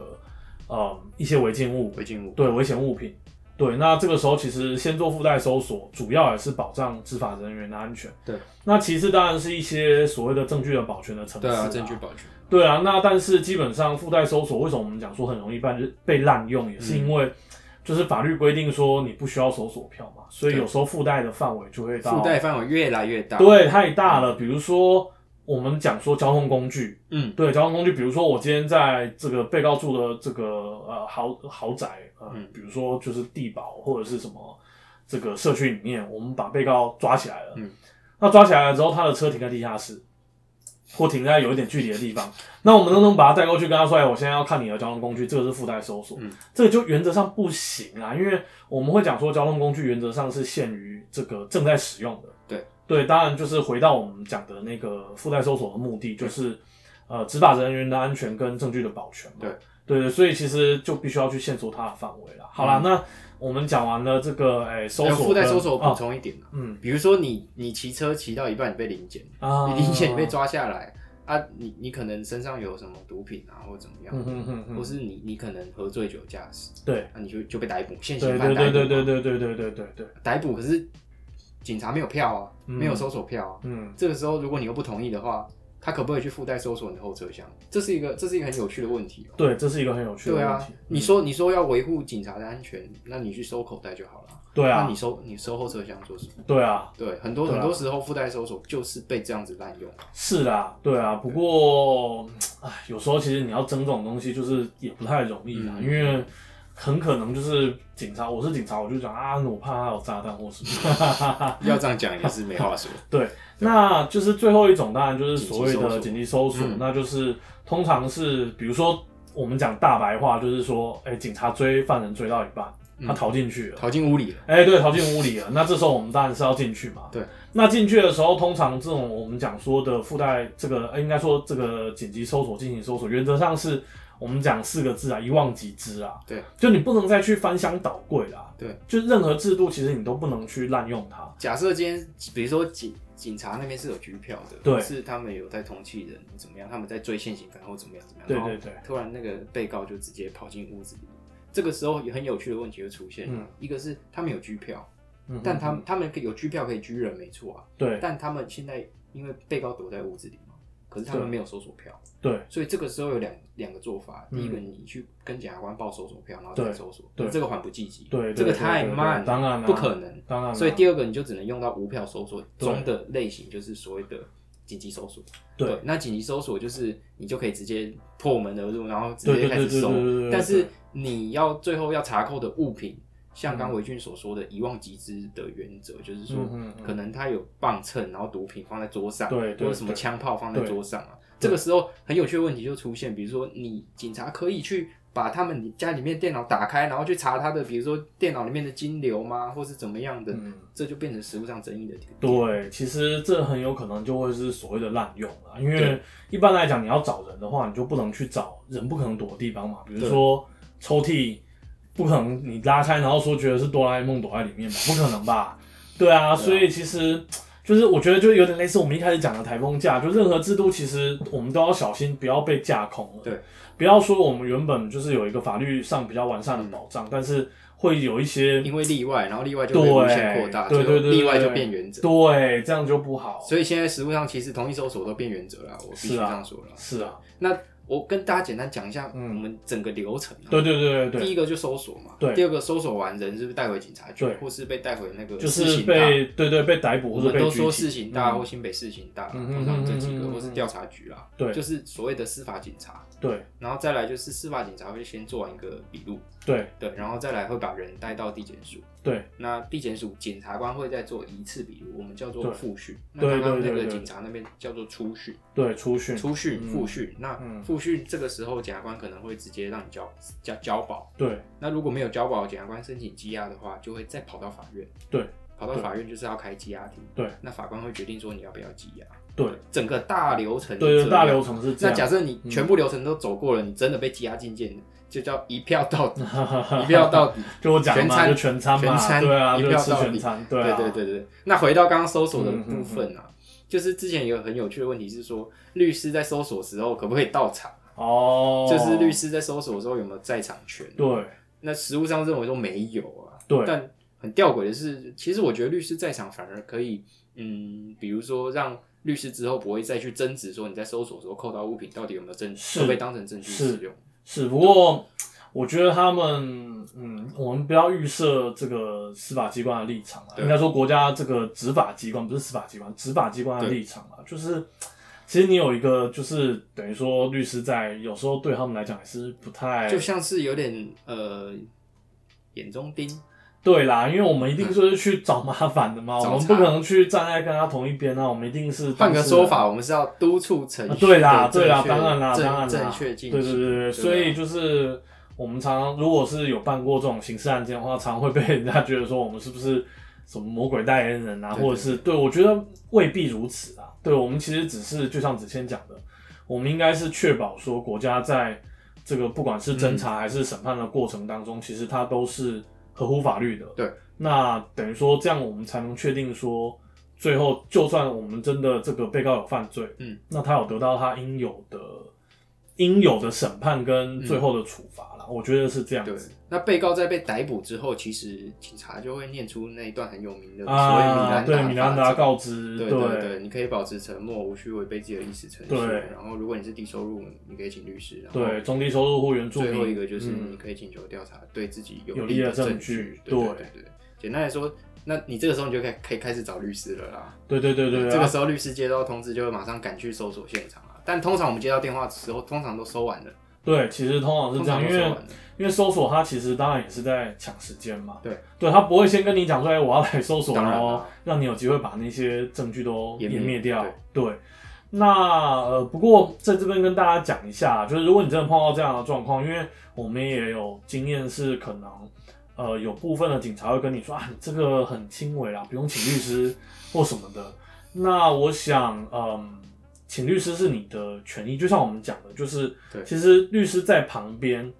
S2: 呃一些违禁物，
S1: 违禁物。
S2: 对危险物品。对，那这个时候其实先做附带搜索，主要也是保障执法人员的安全。
S1: 对，
S2: 那其次当然是一些所谓的证据的保全的层次、
S1: 对啊，证据。保全。
S2: 对啊，那但是基本上附带搜索，为什么我们讲说很容易被被滥用，也是因
S1: 嗯
S2: 为就是法律规定说你不需要搜索票嘛，所以
S1: 对
S2: 有时候附带的范围就会到
S1: 附带范围越来越大。，
S2: 对太大了，比如说我们讲说交通工具，
S1: 嗯，
S2: 对交通工具，比如说我今天在这个被告住的这个呃豪豪宅，呃，
S1: 嗯
S2: 比如说就是地堡或者是什么这个社区里面，我们把被告抓起来了，
S1: 嗯，
S2: 那抓起来了之后，他的车停在地下室，或停在有一点距离的地方，那我们都能把他带过去，跟他说，哎，我现在要看你的交通工具，这个是附带搜索，
S1: 嗯
S2: 这个就原则上不行啊，因为我们会讲说交通工具原则上是限于这个正在使用的，
S1: 对
S2: 对，当然就是回到我们讲的那个附带搜索的目的，就是呃执法人员的安全跟证据的保全嘛，
S1: 对
S2: 对对，所以其实就必须要去限缩它的范围了。好啦，那我们讲完了这个哎
S1: 嗯
S2: 搜
S1: 还有
S2: 索
S1: 附带
S2: 跟
S1: 搜索补
S2: 啊，
S1: 充一点啊，
S2: 嗯
S1: 比如说你你骑车骑到一半你被临检，
S2: 啊，
S1: 你临检被抓下来啊，你你可能身上有什么毒品啊，或怎么样，
S2: 嗯哼哼哼
S1: 或是你你可能喝醉酒驾驶，啊
S2: 对
S1: 那、你就就被逮捕，现行
S2: 对
S1: 犯
S2: 对
S1: 逮捕
S2: 对
S1: 嘛，
S2: 对对对对对对对对，
S1: 逮捕。可是警察没有票啊，
S2: 嗯
S1: 没有搜索票啊。
S2: 嗯，
S1: 这个时候如果你又不同意的话，他可不可以去附带搜索你的后车厢？这是一个这是一个很有趣的问题哦、
S2: 对，这是一个很有趣的嗯
S1: 对
S2: 问
S1: 啊
S2: 题。，
S1: 你说你说要维护警察的安全，那你去搜口袋就好了。
S2: 对
S1: 那
S2: 啊
S1: 你，搜你搜后车厢做什么？
S2: 对啊，
S1: 对，很多、
S2: 对啊
S1: 很多时候附带搜索就是被这样子滥用。
S2: 是啦，对啊，不过，唉，有时候其实你要争这种东西，就是也不太容易啦，
S1: 嗯
S2: 因为很可能就是警察，我是警察，我就讲啊，我怕他有炸弹或什
S1: *laughs*
S2: 么。
S1: 要这样讲也是没话说。
S2: 对，那就是最后一种，当然就是所
S1: 紧
S2: 谓
S1: 急搜
S2: 的
S1: 索
S2: 紧急搜索，
S1: 嗯
S2: 那就是通常是比如说我们讲大白话，就是说，哎、警察追犯人追到一半，
S1: 嗯
S2: 他逃进去
S1: *laughs*
S2: 了。
S1: 逃进屋里了，
S2: 哎、对，逃进屋里了。那这时候我们当然是要进去嘛。
S1: 对。
S2: 那进去的时候，通常这种我们讲说的附带这个，哎应该说这个紧急搜索进行搜索，原则上是我们讲四个字啊，一望即知啊。
S1: 对。
S2: 就你不能再去翻箱倒柜啦。
S1: 对。
S2: 就任何制度，其实你都不能去滥用它。
S1: 假设今天，比如说警警察那边是有拘票的，
S2: 对
S1: 是他们有在通缉人怎么样，他们在追现行犯或怎么样怎么样，
S2: 对
S1: 然后
S2: 对对
S1: 突然那个被告就直接跑进屋子里，这个时候也很有趣的问题会出现，
S2: 嗯
S1: 一个是他们有拘票，
S2: 嗯
S1: 但他们他们有拘票可以拘人没错啊，
S2: 对
S1: 但他们现在因为被告躲在屋子里嘛，可是他们
S2: 对
S1: 没有搜索票，
S2: 对
S1: 所以这个时候有两两个做法，
S2: 嗯
S1: 第一个你去跟检察官报搜索票，然后再
S2: 对
S1: 搜索，
S2: 对
S1: 这个还不积极，
S2: 对对
S1: 这个
S2: 对
S1: 太
S2: 对对
S1: 慢了，
S2: 当然啊
S1: 不可能。
S2: 当然啦，
S1: 所以第二个你就只能用到无票搜索中的类型，就是所谓的紧急搜索。
S2: 对
S1: 那紧急搜索就是你就可以直接破门而入，然后直接
S2: 对对
S1: 开
S2: 对
S1: 始
S2: 对对
S1: 搜
S2: 对对对。
S1: 但是你要最后要查扣的物品，像刚维俊所说的“一望即知”的原则，就是说
S2: 嗯嗯嗯
S1: 可能他有磅秤，然后毒品放在桌上，
S2: 对对
S1: 或者什么
S2: 对
S1: 枪炮放在
S2: 对
S1: 桌上啊。
S2: 对
S1: 这个时候很有趣的问题就出现，比如说你警察可以去把他们家里面电脑打开，然后去查他的，比如说电脑里面的金流吗，或是怎么样的，
S2: 嗯
S1: 这就变成实物上争议的点。
S2: 对，其实这很有可能就会是所谓的滥用啦，因为
S1: 对
S2: 一般来讲，你要找人的话，你就不能去找人不可能躲的地方嘛，比如
S1: 对
S2: 说抽屉，不可能你拉开然后说觉得是哆啦 A 梦躲在里面
S1: *laughs*
S2: 吧，不可能吧？对啊，所以其实就是我觉得就有点类似我们一开始讲的台风假，就任何制度其实我们都要小心，不要被架空了。
S1: 对，
S2: 不要说我们原本就是有一个法律上比较完善的保障，但是会有一些
S1: 因为例外，然后例外就被无限扩
S2: 对
S1: 大，
S2: 对对
S1: 最后
S2: 对对，
S1: 例外就变原则。
S2: 对，这样就不好。
S1: 所以现在实物上其实同一搜索都变原则了，我必须
S2: 是
S1: 这
S2: 啊
S1: 样说了。
S2: 是啊，
S1: 那我跟大家简单讲一下我
S2: 嗯
S1: 们整个流程、啊。
S2: 对对对对
S1: 第
S2: 对，
S1: 一个就搜索嘛，
S2: 对
S1: 第二个搜索完人是不是带回警察局
S2: 对，
S1: 或是被带回那个
S2: 就是
S1: 市刑大
S2: 被对对被逮捕
S1: 我
S2: 或者
S1: 们
S2: 被
S1: 都
S2: 拘
S1: 说
S2: 禁
S1: 市刑大
S2: 嗯
S1: 或新北市刑大啦，
S2: 嗯
S1: 通常这几
S2: 嗯嗯嗯
S1: 个
S2: 嗯
S1: 或是调查局啦，
S2: 对
S1: 就是所谓的司法警察，
S2: 对
S1: 然后再来就是司法警察会先做完一个笔录，
S2: 对
S1: 对，然后再来会把人带到地检署，
S2: 对
S1: 那地检署检察官会再做一次笔录，我们叫做
S2: 对
S1: 复讯，那
S2: 对
S1: 刚刚
S2: 对
S1: 那
S2: 对
S1: 个
S2: 对
S1: 警察那边叫做初讯，
S2: 对，出训
S1: 初讯
S2: 嗯
S1: 复讯，那
S2: 嗯
S1: 复讯这个时候检察官可能会直接让你交交交保。
S2: 对
S1: 那如果没有交保，检察官申请羁押的话，就会再跑到法院。
S2: 对，
S1: 跑到法院就是要开羁押庭。
S2: 对，
S1: 那法官会决定说你要不要羁押。
S2: 对，
S1: 整个大流程。
S2: 对对，大流。程是
S1: 那
S2: 这样。
S1: 假设你全部流程都走过了，你真的被羁押进监，就叫一票到底， *laughs* 一票到底。
S2: 嗯 *laughs* 就我讲的
S1: 全
S2: 嘛，
S1: 餐
S2: 就全餐嘛，
S1: 全餐
S2: 对啊，
S1: 一
S2: 就
S1: 票
S2: 吃
S1: 到
S2: 全
S1: 底
S2: 餐，对
S1: 对
S2: 啊，嗯
S1: 对对对。那回到刚刚搜索的部分啊，就是之前有很有趣的问题是说，律师在搜索的时候可不可以到场？
S2: 哦，
S1: 就是律，师在搜索的时候有没有在场权？
S2: 对
S1: 那实务上认为说没有啊。
S2: 对
S1: 但很吊诡的是，其实我觉得律师在场反而可以，嗯，比如说让律师之后不会再去争执说你在搜索的时候扣到物品到底有没有证
S2: 是
S1: 据，会被当成证据使用。
S2: 是，不过我觉得他们，嗯，我们不要预设这个司法机关的立场啊，
S1: 对
S2: 应该说国家这个执法机关不是司法机关，执法机关的
S1: 对
S2: 立场啊，就是。其实你有一个，就是等于说律师在有时候对他们来讲也是不太
S1: 就像是有点呃眼中钉，
S2: 对啦，因为我们一定就是去找麻烦的
S1: *laughs*
S2: 嘛，
S1: 找
S2: 我们
S1: 茬
S2: 不可能去站在跟他同一边啊，我们一定是
S1: 换个
S2: 当事人
S1: 说法，我们是要督促程
S2: 啊
S1: 序
S2: 对啦，
S1: 的
S2: 对啦，
S1: 正确
S2: 当然啦，
S1: 正
S2: 当然啦，
S1: 正确进行。
S2: 对对对对，
S1: 对，啊
S2: 所以。就是我们常常如果是有办过这种刑事案件的话，常常会被人家觉得说我们是不是什么魔鬼代言人啊，
S1: 对对
S2: 或者是对我觉得未必如此啊。对我们其实只是就像子谦讲的，我们应该是确保说国家在这个不管是侦查还是审判的过程当中，其实它都是合乎法律的。
S1: 对，
S2: 那等于说这样我们才能确定说。最后，就算我们真的这个被告有犯罪，
S1: 嗯，
S2: 那他有得到他应有的应有的审判跟最后的处罚
S1: 嗯
S2: 啦，我觉得是这样
S1: 对
S2: 子。，
S1: 那被告在被逮捕之后，其实警察就会念出那一段很有名的所谓米
S2: 啊，
S1: 兰
S2: 对，米兰达
S1: 法则
S2: 告知，
S1: 对
S2: 对
S1: 对对，你可以保持沉默，无需违背自己的历史程序。
S2: 对
S1: 然后如果你是低收入，你可以请律师。然后
S2: 对，中低收入户原住民。
S1: 最后一个就是你
S2: 嗯
S1: 可以请求调查对自己有
S2: 有利
S1: 利
S2: 的证
S1: 证
S2: 据
S1: 对对
S2: 对
S1: 对对，简单来说，那你这个时候你就可以可以开始找律师了啦。
S2: 对对对对，
S1: 这个
S2: 啊
S1: 时候律师接到通知就会马上赶去搜索现场啊。但通常我们接到电话的时候，通常都收完了，
S2: 对，其实通常是这样，
S1: 通常
S2: 因
S1: 都是
S2: 为
S1: 晚的
S2: 因为搜索它其实当然也是在抢时间嘛。
S1: 对，
S2: 对，它不会先跟你讲说，哎，我要来搜索，
S1: 当然
S2: 然
S1: 啦
S2: 后 *laughs* 让你有机会把那些证据都
S1: 湮
S2: 湮
S1: 灭
S2: 灭掉。对，那呃，不过在这边跟大家讲一下，就是如果你真的碰到这样的状况，因为我们也有经验是可能。呃，有部分的警察会跟你说啊，你这个很轻微啦，不用请律师或什么的。那我想，嗯，请律师是你的权益，就像我们讲的，就是
S1: 对
S2: 其实律师在旁边，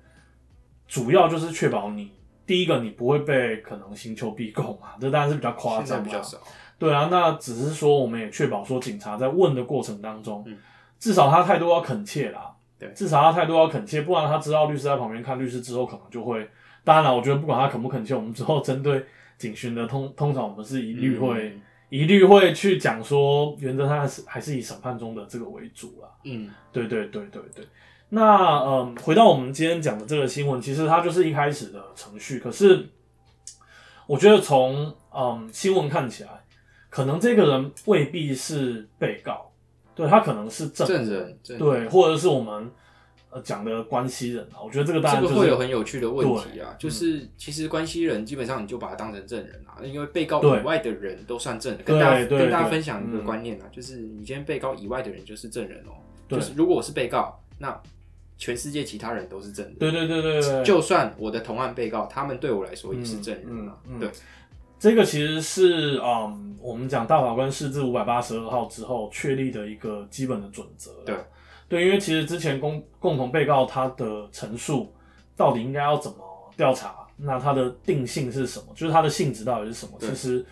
S2: 主要就是确保你第一个你不会被可能刑求逼供嘛，这当然是比较夸
S1: 现在
S2: 张
S1: 比较
S2: 啦。
S1: 少，
S2: 对啊，那只是说我们也确保说警察在问的过程当中，
S1: 嗯
S2: 至少他态度要恳切啦。
S1: 对
S2: 至少他态度要恳切，不然他知道律师在旁边看，律师之后可能就会。当然了，我觉得不管他恳不恳切，我们之后针对警询的通通常我们是一律会、
S1: 嗯
S2: 一律会去讲说，原则上还是还是以审判中的这个为主啦。
S1: 嗯，
S2: 对对对对对。那嗯，回到我们今天讲的这个新闻，其实它就是一开始的程序。可是，我觉得从嗯新闻看起来，可能这个人未必是被告，对他可能是证
S1: 证人，证人
S2: 对，或者是我们呃讲的关系人啊。我觉得这个当
S1: 这
S2: 然
S1: 个
S2: 就是
S1: 会有很有趣的问题啊，
S2: 对嗯
S1: 就是其实关系人基本上你就把他当成证人啊，因为被告
S2: 对
S1: 以外的人都算证人。
S2: 对
S1: 跟大家
S2: 对
S1: 跟大家
S2: 对
S1: 分享一个
S2: 嗯
S1: 观念啊，就是你今天被告以外的人就是证人哦，
S2: 对
S1: 就是如果我是被告，那全世界其他人都是证人。
S2: 对对对对对，
S1: 就算我的同案被告，他们对我来说也是证人啊。
S2: 嗯嗯嗯
S1: 对，
S2: 这个其实是嗯，我们讲大法官释字五百八十二号之后确立的一个基本的准则。
S1: 对，
S2: 对，因为其实之前共共同被告他的陈述到底应该要怎么调查，那它的定性是什么，就是它的性质到底是什么，
S1: 对
S2: 其实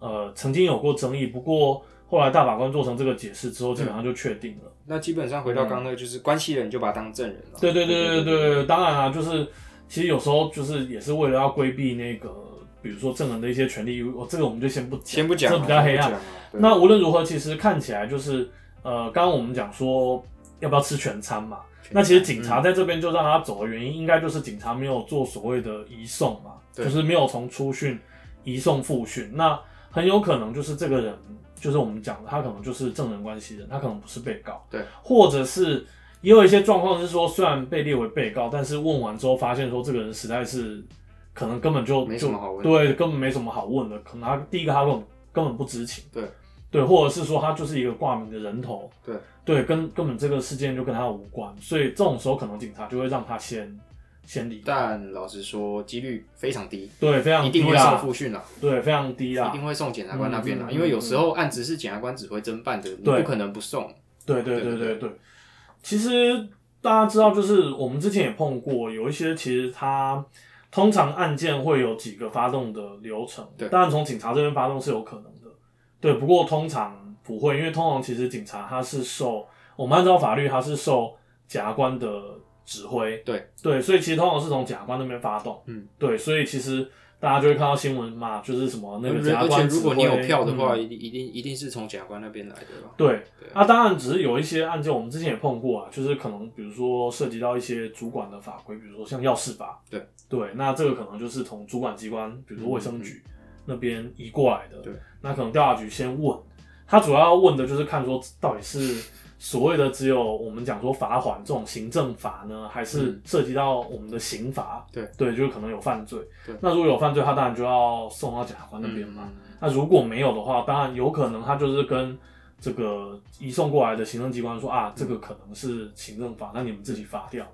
S2: 呃曾经有过争议，不过后来大法官做成这个解释之后，基本上就确定了。
S1: 那基本上回到刚刚那个，就是关系人你就把他当证人了。
S2: 嗯
S1: 啊
S2: 对对对对对对，当然啊，就是其实有时候就是也是为了要规避那个，比如说证人的一些权利，我这个我们就先不讲，
S1: 先不讲啊，
S2: 这比较黑
S1: 先
S2: 暗
S1: 不。讲啊。对
S2: 那无论如何，其实看起来就是呃，刚刚我们讲说要不要吃全餐嘛，那其实警
S1: 嗯
S2: 察在这边就让他走的原因，应该就是警察没有做所谓的移送嘛，
S1: 对
S2: 就是没有从初训移送复训，那很有可能就是这个人，就是我们讲的，他可能就是证人关系人，他可能不是被告，
S1: 对，
S2: 或者是也有一些状况是说，虽然被列为被告，但是问完之后发现说这个人实在是可能根本就
S1: 没
S2: 就
S1: 什么好问的
S2: 对，根本没什么好问的，可能他第一个他根本根本不知情，
S1: 对
S2: 对，或者是说他就是一个挂名的人头，
S1: 对
S2: 对，跟根本这个事件就跟他无关，所以这种时候可能警察就会让他先先离开，
S1: 但老实说，几率非常低，
S2: 对，非常
S1: 一
S2: 低啊
S1: 定会送
S2: 啦，
S1: 复讯啦。啊
S2: 对，非常低
S1: 一
S2: 啦
S1: 定，会送检察官那边啦，啊
S2: 嗯嗯
S1: 因为有时候案子是检察官指挥侦办的，你
S2: 对
S1: 不可能不送。
S2: 对对
S1: 对
S2: 对
S1: 对
S2: 对对。其实大家知道，就是我们之前也碰过，有一些其实他通常案件会有几个发动的流程，
S1: 对
S2: 当然从警察这边发动是有可能的，对，不过通常不会，因为通常其实警察他是受我们按照法律他是受检察官的指挥，
S1: 对
S2: 对，所以其实通常是从检察官那边发动，
S1: 嗯，
S2: 对，所以其实大家就会看到新闻嘛，就是什么那个检察
S1: 而且
S2: 官
S1: 如果你有票的话，
S2: 嗯
S1: 一定一定一定是从检察官那边来的啦。
S2: 对
S1: 对
S2: 啊，当然只是有一些案件我们之前也碰过啊，就是可能比如说涉及到一些主管的法规，比如说像药事法，
S1: 对嗯
S2: 对，那这个可能就是从主管机关，比如说卫生局那边移过来的，
S1: 对，
S2: 那可能调查局先问，他主要要问的就是看说到底是。所谓的只有我们讲说罚款这种行政法呢，还是
S1: 嗯
S2: 涉及到我们的刑罚？
S1: 对
S2: 对，就是可能有犯罪。
S1: 对
S2: 那如果有犯罪，他当然就要送到检察官那边嘛。那如果没有的话，当然有可能他就是跟这个移送过来的行政机关说啊，这个可能是行政法，那你们自己罚掉。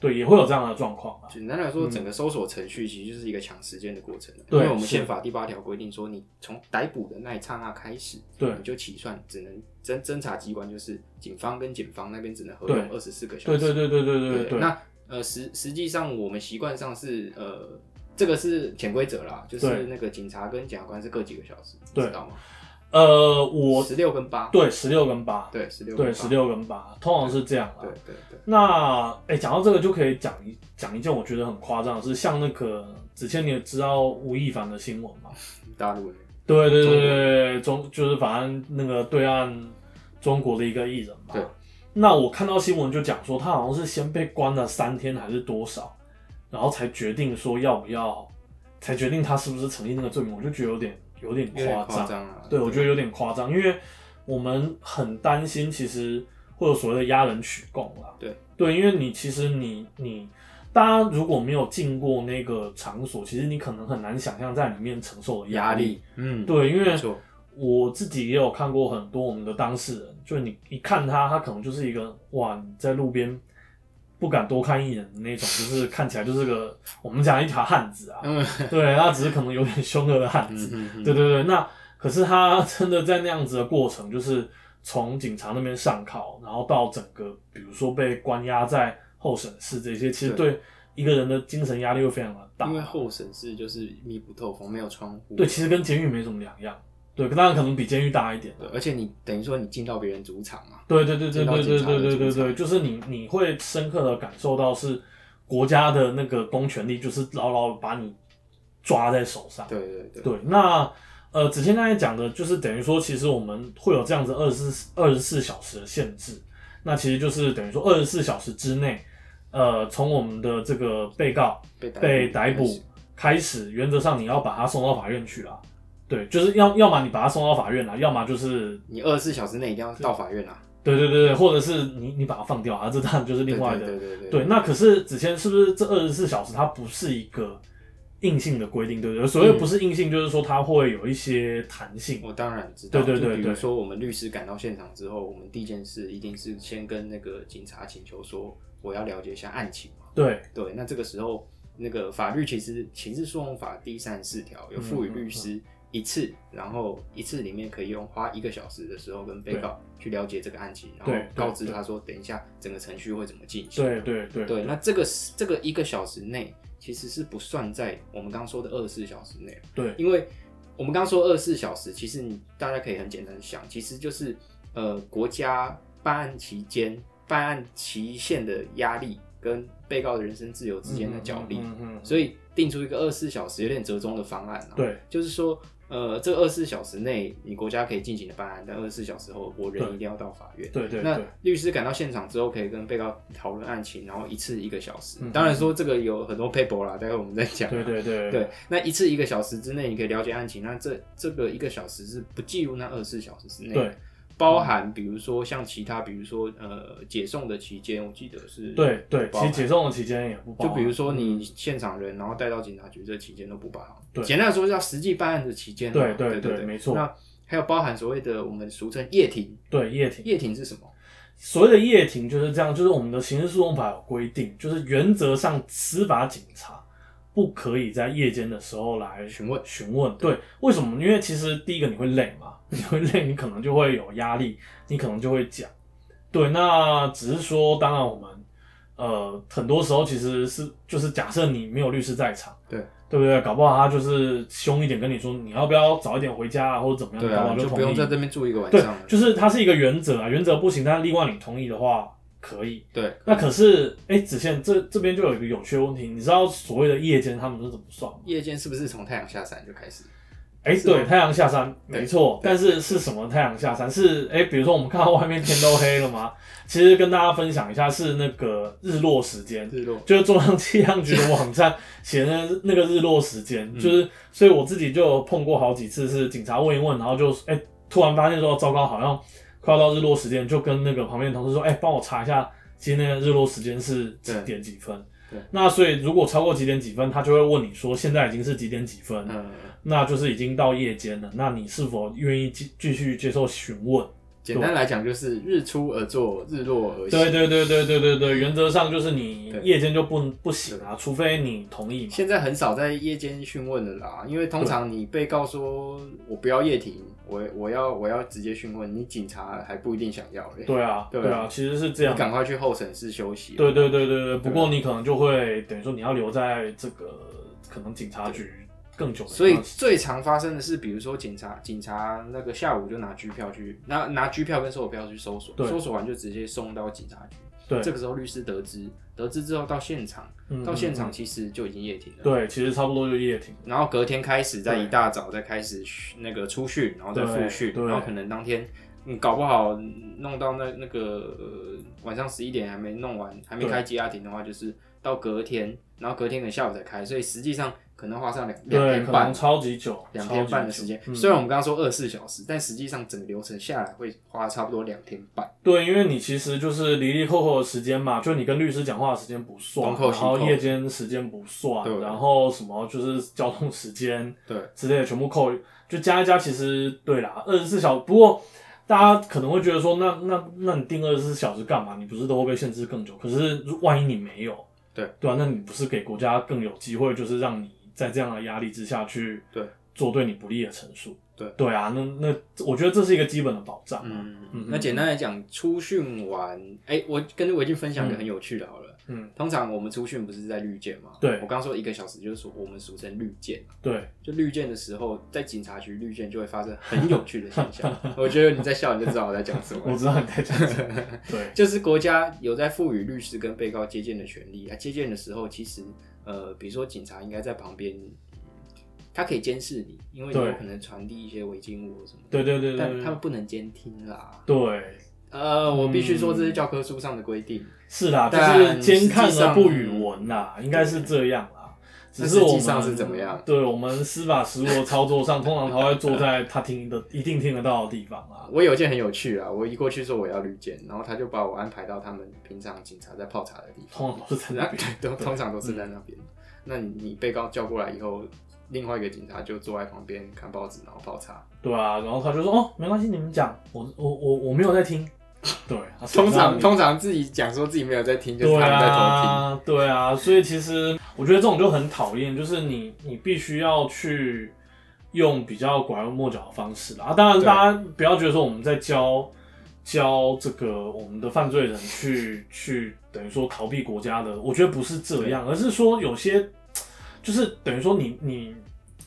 S1: 对
S2: 也会有这样的状况啊。
S1: 简单来说，
S2: 嗯
S1: 整个搜索程序其实就是一个抢时间的过程啊。
S2: 对
S1: 因为我们
S2: 是
S1: 宪法第八条规定说，你从逮捕的那一刹那开始，
S2: 对
S1: 你就起算，只能侦侦查机关就是警方跟检方那边只能合
S2: 对
S1: 用二十四个小
S2: 对
S1: 时。
S2: 对对对对对对
S1: 对那呃，实实际上我们习惯上是呃，这个是潜规则啦，就
S2: 对
S1: 是那个警察跟检察官是各几个小时，
S2: 对
S1: 知道吗？
S2: 呃，我
S1: 十六跟八，
S2: 对十六跟八，
S1: 对，十六
S2: 对十，六跟八，通常是这样啊
S1: 对。对对，
S2: 那哎，讲到这个就可以讲一讲一件我觉得很夸张的是，像那个子谦，你也知道吴亦凡的新闻嘛？
S1: 大陆
S2: 对对对对，中就是反正那个对岸中国的一个艺人嘛。
S1: 对。
S2: 那我看到新闻就讲说，他好像是先被关了三天还是多少，然后才决定说要不要，才决定他是不是成立那个罪名，我就觉得有点有点
S1: 有点
S2: 夸
S1: 夸
S2: 张。
S1: 张啊，
S2: 对，我觉得有点夸张，因为我们很担心，其实会有所谓的压人取供啦。
S1: 对
S2: 对，因为你其实你你大家如果没有进过那个场所，其实你可能很难想象在里面承受的
S1: 压
S2: 力。
S1: 力，嗯，
S2: 对，因为
S1: 没错，
S2: 我自己也有看过很多我们的当事人，就是你一看他，他可能就是一个哇，你在路边不敢多看一眼的那种，就是看起来就是个我们讲一条汉子啊，
S1: 嗯
S2: 对，他只是可能有点凶恶的汉子，
S1: 嗯嗯，
S2: 对对对，那可是他 *laughs* 真的在那样子的过程，就是从警察那边上铐，然后到整个，比如说被关押在候审室这些，其实
S1: 对
S2: 对一个人的精神压力会非常的大
S1: 因。为后审室就是密不透风，没有窗户，
S2: 对，其实跟监狱没什么两样。对，当然可能比监狱大一点。
S1: 对，而且你等于说你进到别人主场嘛，
S2: 对对对对
S1: 进到
S2: 对
S1: 警
S2: 对
S1: 察
S2: 对
S1: 的
S2: 对对
S1: 主场
S2: 对，就是你你会深刻的感受到是国家的那个公权力，就是牢牢地把你抓在手上。
S1: 对对对，
S2: 对，那呃，子谦刚才讲的，就是等于说，其实我们会有这样子二十四二十四小时的限制，那其实就是等于说二十四小时之内，呃，从我们的这个被告
S1: 被逮
S2: 被
S1: 开
S2: 逮捕
S1: 始
S2: 开始，原则上你要把他送到法院去啦。对，就是要要么你把他送到法院啦，要么就是
S1: 你二十四小时内一定要到法院啊，
S2: 对对对对，或者是你你把他放掉啊，这当然就是
S1: 对
S2: 另外的
S1: 对对对
S2: 对，那可是子谦是不是这二十四小时它不是一个硬性的规定，对不对？所谓不是硬性，就是说它会有一些弹性。
S1: 嗯我当然知道，
S2: 对对
S1: 就
S2: 对
S1: 比
S2: 对
S1: 如说我们律师赶到现场之后，我们第一件事一定是先跟那个警察请求说，我要了解一下案情嘛。
S2: 对，
S1: 对，那这个时候那个法律其实《刑事诉讼法》第三十四条有赋予
S2: 嗯
S1: 律师一次，然后一次里面可以用花一个小时的时候跟被告去了解这个案情，然后
S2: 对对
S1: 告知他说，等一下整个程序会怎么进行。
S2: 对，对，对，
S1: 对，那这个是这个一个小时内其实是不算在我们刚刚说的二十四小时内。
S2: 对，
S1: 因为我们刚刚说二十四小时，其实你大家可以很简单地想，其实就是呃国家办案期间、办案期限的压力跟被告的人身自由之间的角力，
S2: 嗯嗯，
S1: 所
S2: 以
S1: 以定出一个二十四小时有点折中的方案啊。，
S2: 对，
S1: 就是说呃这二十四小时内你国家可以进行的办案，但二十四小时后我人
S2: 对
S1: 一定要到法院。
S2: 对，对，
S1: 那
S2: 对，
S1: 律师赶到现场之后，可以跟被告讨论案情，然后一次一个小时
S2: 嗯。
S1: 当然说这个有很多 paper 啦，待会我们再讲啊。
S2: 对，对，对，
S1: 对，那一次一个小时之内你可以了解案情，那这这个一个小时是不计入那二十四小时之内，
S2: 对，
S1: 包含比如说像其他，比如说呃解送的期间，我记得是
S2: 对，对，
S1: 不包
S2: 其实
S1: 含
S2: 解送的期间也不包
S1: 就
S2: 含，
S1: 比如说你现场人，然后带到警察局这期间都不包含。
S2: 对
S1: 简单来说叫实际办案的期间啊。
S2: 对对
S1: 对
S2: 对
S1: 对，
S2: 没错
S1: 那还有包含所谓的我们俗称夜庭，
S2: 对夜庭，
S1: 夜庭是什么？
S2: 所谓的夜庭就是这样，就是我们的刑事诉讼法有规定，就是原则上司法警察不可以在夜间的时候来
S1: 询问
S2: 询问。对，为什么？因为其实第一个你会累嘛，你会累，你可能就会有压力，你可能就会讲。对，那只是说，当然我们呃很多时候其实是就是假设你没有律师在场，
S1: 对
S2: 对不对？搞不好他就是凶一点跟你说，你要不要早一点回家啊，或者怎么样，
S1: 对
S2: 搞不
S1: 啊，
S2: 好
S1: 就
S2: 同
S1: 不
S2: 意。
S1: 用在这边住一个晚
S2: 对
S1: 上了。，
S2: 就是它是一个原则啊，原则不行，但是另外你同意的话可以。
S1: 对，
S2: 那可是，哎、子宪这这边就有一个有趣的问题，你知道所谓的夜间他们是怎么算吗？
S1: 夜间是不是从太阳下山就开始？
S2: 哎、
S1: 是吗
S2: 对，太阳下山，
S1: 对
S2: 没错，但是是什么太阳下山？是哎、诶比如说我们看到外面天都黑了吗？其实跟大家分享一下，是那个日落时间，
S1: 日落。
S2: 就是中央气象局的网站写的那个日落时
S1: 嗯
S2: 间，就是所以我自己就有碰过好几次，是警察问一问，然后就哎、突然发现说糟糕，好像快要到日落时间，就跟那个旁边的同事说，哎、帮我查一下今天的日落时间是几
S1: 对
S2: 点几分
S1: 对。
S2: 那所以如果超过几点几分，他就会问你说现在已经是几点几分，
S1: 嗯，
S2: 那就是已经到夜间了，那你是否愿意继继续接受询问？
S1: 简单来讲就是日出而作，日落而息。
S2: 对对对对对对对，原则上就是你
S1: 嗯对
S2: 夜间就不不行啊，除非你同意嘛。
S1: 现在很少在夜间讯问了啦，因为通常你被告说我不要夜庭，我我要我要直接讯问，你警察还不一定想要嘞，
S2: 对啊，
S1: 对
S2: 对啊，其实是这
S1: 你
S2: 样。
S1: 赶快去候审室休息。啊
S2: 对对对对对，不过你可能就会等于说你要留在这个可能警察局更久的地方，
S1: 所以最常发生的是，比如说警察警察那个下午就拿拘票去拿拿拘票跟搜索票去搜索，
S2: 对
S1: 搜索完就直接送到警察局。
S2: 对
S1: 这个时候律师得知得知之后到现场，
S2: 嗯
S1: 到现场
S2: 嗯
S1: 其实就已经夜庭了。
S2: 嗯。对，其实差不多就夜庭。
S1: 然后隔天开始，在
S2: 对
S1: 一大早再开始那个出训，然后再复训，
S2: 对对
S1: 然后可能当天你搞不好弄到那那个、呃、晚上十一点还没弄完，还没
S2: 对
S1: 开机压庭的话，就是到隔天，然后隔天可能下午才开，所以实际上可能花上两两
S2: 对，
S1: 天
S2: 可
S1: 半
S2: 能。超级久，
S1: 两天半的
S2: 超
S1: 时
S2: 级久
S1: 间，
S2: 嗯
S1: 虽然我们刚刚说二十四小时，但实际上整个流程下来会花差不多两天半。
S2: 对，因为你其实就是离离扣扣的时间嘛，就你跟律师讲话的时间不算，
S1: 东扣
S2: 然
S1: 西
S2: 后
S1: 扣
S2: 夜间时间不算，
S1: 对
S2: 然后什么就是交通时间
S1: 对，
S2: 之类的全部扣，就加一加，其实对啦，二十四小时。不过大家可能会觉得说，那那那你定二十四小时干嘛？你不是都会被限制更久？可是如万一你没有，
S1: 对
S2: 对啊，那你不是给国家更有机会，就是让你在这样的压力之下去
S1: 对
S2: 做对你不利的陈述。
S1: 对
S2: 对啊，那那我觉得这是一个基本的保障啊。嗯
S1: 嗯，那简单来讲，初训完，哎、我跟我已经分享一个很有趣的，好了。
S2: 嗯，
S1: 通常我们初训不是在绿箭吗？
S2: 对
S1: 我刚说一个小时，就是说我们俗称绿箭。
S2: 对，
S1: 就绿箭的时候，在警察局绿箭就会发生很有趣的现象。
S2: *laughs*
S1: 我觉得你在笑，你就知道我在讲什
S2: 我
S1: 么。
S2: 知道你在讲
S1: *laughs*
S2: 什么。对，
S1: 就是国家有在赋予律师跟被告接见的权利啊。接见的时候，其实呃，比如说警察应该在旁边，他可以监视你，因为你
S2: 对
S1: 有可能传递一些违禁物或什么的。
S2: 对对对对
S1: 但
S2: 对
S1: 他们不能监听啦。
S2: 对，
S1: 呃，我必须说
S2: 嗯
S1: 这是教科书上的规定。
S2: 是啦，就
S1: 但
S2: 是兼看
S1: 实际
S2: 而
S1: 啊上
S2: 不语文啦，应该是这样啦。只是我
S1: 那实
S2: 们
S1: 际上是怎么样？
S2: 对我们司法实务的操作上，通常他会坐在他听的一定听得到的地方啊。
S1: 我有一件很有趣啊，我一过去说我要绿箭，然后他就把我安排到他们平常警察在泡茶的地方。
S2: 通常都是在那
S1: 那
S2: 边。
S1: *laughs*
S2: 嗯
S1: 对，都通常都是在那边。那你你被告叫过来以后，另外一个警察就坐在旁边看报纸，然后泡茶。
S2: 对啊，然后他就说：“哦，没关系，你们讲，我我我我没有在听。”对，他
S1: 通常
S2: 实际上
S1: 通常自己讲说自己没有在听，就是
S2: 对
S1: 他们在偷听。
S2: 啊，对啊，所以其实我觉得这种就很讨厌，就是你你必须要去用比较拐弯抹角的方式啦。啊、当然，
S1: 对
S2: 大家不要觉得说我们在教教这个我们的犯罪人去去等于说逃避国家的，我觉得不是这样，而是说有些就是等于说你你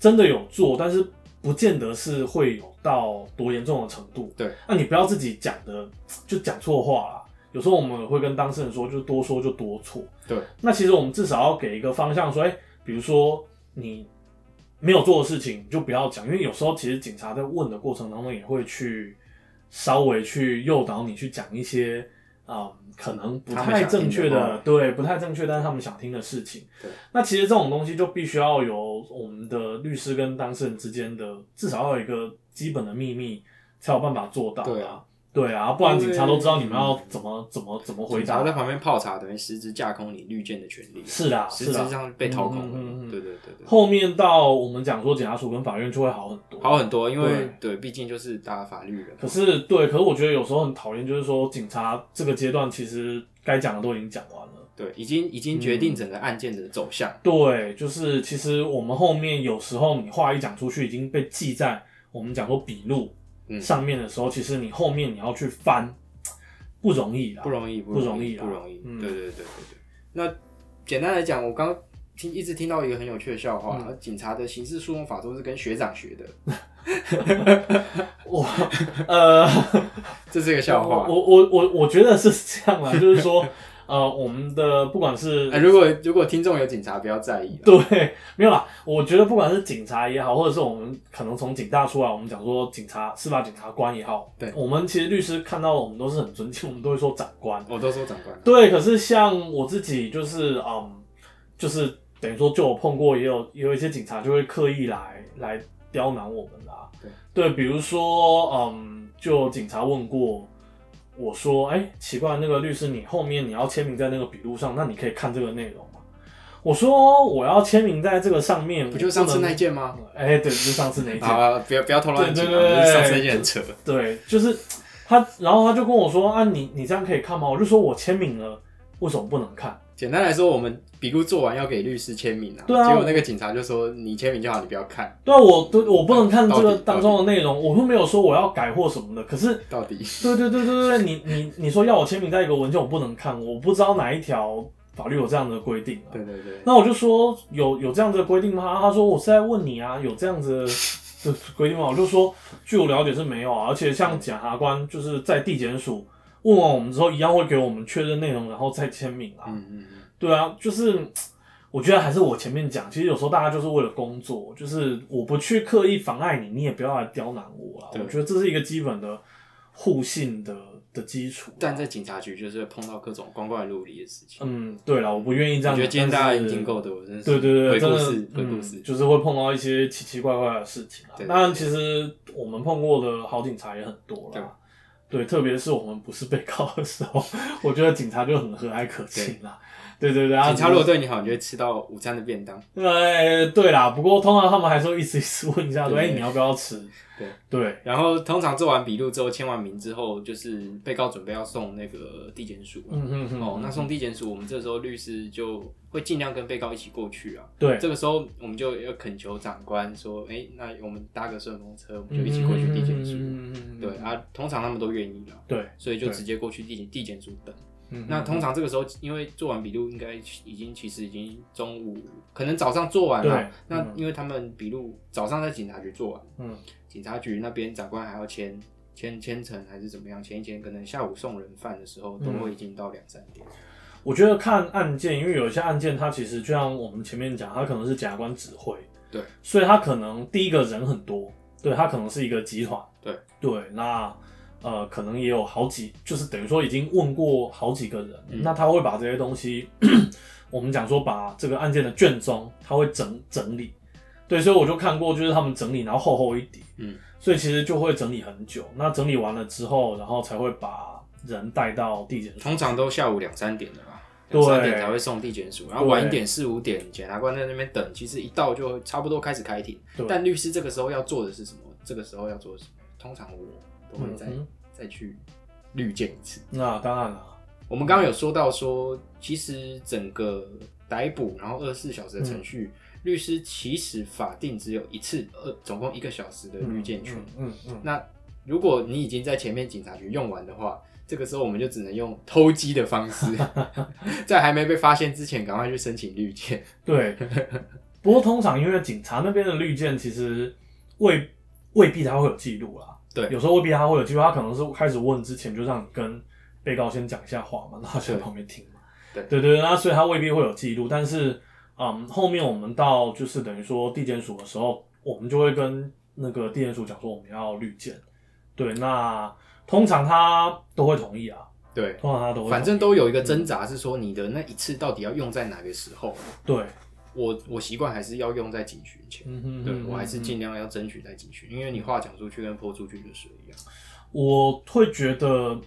S2: 真的有做，但是不见得是会有到多严重的程度。
S1: 对，
S2: 那你不要自己讲的就讲错话啦。有时候我们会跟当事人说，就多说就多错。
S1: 对，
S2: 那其实我们至少要给一个方向，说，哎、比如说你没有做的事情，你就不要讲，因为有时候其实警察在问的过程当中，也会去稍微去诱导你去讲一些，嗯，可能不
S1: 他们
S2: 太
S1: 想听的
S2: 正确
S1: 话
S2: 的，对，不太正确，但是他们想听的事情。
S1: 对，
S2: 那其实这种东西就必须要有我们的律师跟当事人之间的，至少要有一个基本的秘密，才有办法做到、
S1: 对
S2: 啊
S1: 啊。
S2: 对啊，不然
S1: 因为
S2: 警察都知道你们要怎么怎么怎么回
S1: 警察
S2: 答
S1: 在。旁边泡茶，等于实质架空你绿箭的权利，
S2: 是啦，
S1: 实
S2: 是
S1: 质
S2: 啦。
S1: 上被掏空了。
S2: 嗯嗯嗯嗯
S1: 对对对对。
S2: 后面到我们讲说检察署跟法院就会好很多。
S1: 好很多，因为对，毕竟就是打法律人嘛。
S2: 可是对，可是我觉得有时候很讨厌，就是说警察这个阶段其实该讲的都已经讲完了。
S1: 对，已经已经决定
S2: 嗯
S1: 整个案件的走向。
S2: 对，就是其实我们后面有时候你话一讲出去，已经被记在我们讲说笔录
S1: 嗯
S2: 上面的时候，其实你后面你要去翻不容易啦。
S1: 不容易，
S2: 啊不容
S1: 容
S2: 易
S1: 易，
S2: 啊
S1: 不容易。
S2: 嗯
S1: 对对对对对。那简单来讲，我刚听一直听到一个很有趣的笑
S2: 嗯
S1: 话，警察的刑事诉讼法都是跟学长学的， *laughs*
S2: 哇，呃，
S1: 这是一个笑话。
S2: 我我我我觉得是这样啦，就是说，呃，我们的不管是
S1: 哎，如果如果听众有警察，不要在意啊。
S2: 对，没有啦。我觉得不管是警察也好，或者是我们可能从警大出来，我们讲说警察、司法检察官也好，
S1: 对
S2: 我们其实律师看到我们都是很尊敬，我们都会说长官。
S1: 我都说长官，
S2: 对，可是像我自己就是嗯，就是等于说就我碰过，也有也有一些警察就会刻意来来刁难我们啦。
S1: 对
S2: 比如说嗯，就有警察问过。我说，哎、奇怪，那个律师，你后面你要签名在那个笔录上，那你可以看这个内容吗？我说我要签名在这个上面，
S1: 不就上次那一
S2: 一
S1: 件吗？
S2: 哎、对，就是上次那一件。
S1: 啊，不要不要偷乱讲，
S2: 对对对
S1: 上次那件很扯。
S2: 对，就是他，然后他就跟我说啊，你你这样可以看吗？我就说我签名了，为什么不能看？
S1: 简单来说，我们笔录做完要给律师签名啊，
S2: 对啊
S1: 结果那个警察就说你签名就好，你不要看，
S2: 对啊，我都我不能看这
S1: 到
S2: 个
S1: 底
S2: 当中的内容，我又没有说我要改或什么的。可是，
S1: 到底
S2: 对对对对对，你你你说要我签名在一个文件，我不能看，我不知道哪一条法律有这样的规定、啊。
S1: 对对对，
S2: 那我就说有有这样子的规定吗？啊他说我是在问你啊，有这样子的的规定吗？我就说据我了解是没有啊，而且像检察官就是在地检署问完我们之后，一样会给我们确认内容，然后再签名啊。
S1: 嗯嗯嗯，
S2: 对啊，就是我觉得还是我前面讲，其实有时候大家就是为了工作，就是我不去刻意妨碍你，你也不要来刁难我啊。
S1: 对
S2: 我觉得这是一个基本的互信的的基础。啊
S1: 但在警察局就是会碰到各种光怪陆离的事情。
S2: 嗯，对了，我不愿意这
S1: 我
S2: 样。
S1: 觉得今天大家已经
S2: 但是
S1: 听够多了，真的是
S2: 对对对，
S1: 鬼
S2: 真
S1: 故
S2: 的
S1: 事，鬼故
S2: 嗯
S1: 事，
S2: 就是会碰到一些奇奇怪怪的事情啊
S1: 对。对
S2: 当然，
S1: 对
S2: 其实我们碰过的好警察也很多
S1: 对
S2: 啦。对，特别是我们不是被告的时候， *laughs* 我觉得警察就很和蔼可亲啦。对对对，啊
S1: 警察如果对你好，你就会吃到午餐的便当。
S2: 呃，对啦，不过通常他们还是会一直一直问一下，说：“
S1: 对
S2: 哎，你要不要吃？”
S1: 对
S2: 对，
S1: 然后通常做完笔录之后，签完名之后，就是被告准备要送那个地检署。
S2: 嗯嗯嗯，
S1: 哦，那送地检署，我们这时候律师就会尽量跟被告一起过去啊。
S2: 对
S1: 这个时候我们就要恳求长官说，哎、那我们搭个顺风车，我们就一起过去地检署。
S2: 嗯嗯嗯嗯嗯嗯嗯
S1: 对啊，通常他们都愿意了，
S2: 对，
S1: 所以就
S2: 对
S1: 直接过去地检地检署等。
S2: 嗯
S1: 那通常这个时候，因为做完笔录，应该已经其实已经中午，可能早上做完
S2: 对
S1: 了。那
S2: 嗯
S1: 因为他们笔录早上在警察局做完，
S2: 嗯
S1: 警察局那边长官还要签签签呈还是怎么样，前一天可能下午送人犯的时候都会已经到两三点。
S2: 嗯我觉得看案件，因为有一些案件，它其实就像我们前面讲，它可能是检察官指挥，
S1: 对，
S2: 所以他可能第一个人很多，对，他可能是一个集团，
S1: 对
S2: 对，那呃，可能也有好几，就是等于说已经问过好几个人，
S1: 嗯
S2: 那他会把这些东西， *clears throat* 我们讲说把这个案件的卷宗，他会整整理，对，所以我就看过，就是他们整理，然后厚厚一叠，
S1: 嗯，
S2: 所以其实就会整理很久，那整理完了之后，然后才会把人带到地检署，
S1: 通常都下午两三点的啦，
S2: 对
S1: 两三点才会送地检署，然后
S2: 对
S1: 晚一点四五点，检察官在那边等，其实一到就差不多开始开庭
S2: 对。
S1: 但律师这个时候要做的是什么？这个时候要做的是什么？通常我都会再、
S2: 嗯哼
S1: 再去律见一次。
S2: 那当然了。
S1: 我们刚刚有说到说，其实整个逮捕然后二十四小时的程序，律师其实法定只有一次呃总共一个小时的律见权。
S2: 嗯嗯，
S1: 那如果你已经在前面警察局用完的话，这个时候我们就只能用偷鸡的方式，
S2: *laughs*
S1: 在还没被发现之前，赶快去申请律见。
S2: 对。 *laughs* 不过通常因为警察那边的绿箭其实未未必他会有记录啦，
S1: 对
S2: 有时候未必他会有记录，他可能是开始问之前就让你跟被告先讲一下话嘛，然后就在
S1: 对
S2: 旁边听嘛。
S1: 对
S2: 对对，那所以他未必会有记录，但是嗯，后面我们到就是等于说地检署的时候，我们就会跟那个地检署讲说我们要绿箭，对，那通常他都会同意啊，
S1: 对，
S2: 通常他都会同意，
S1: 反正都有一个挣扎，是说你的那一次到底要用在哪个时候？
S2: 对，
S1: 我我习惯还是要用在警巡前。
S2: 嗯哼，
S1: 对
S2: 嗯哼
S1: 我还是
S2: 嗯哼
S1: 尽量要争取在警巡，因为你话讲出去跟泼出去的水一样。
S2: 我会觉得，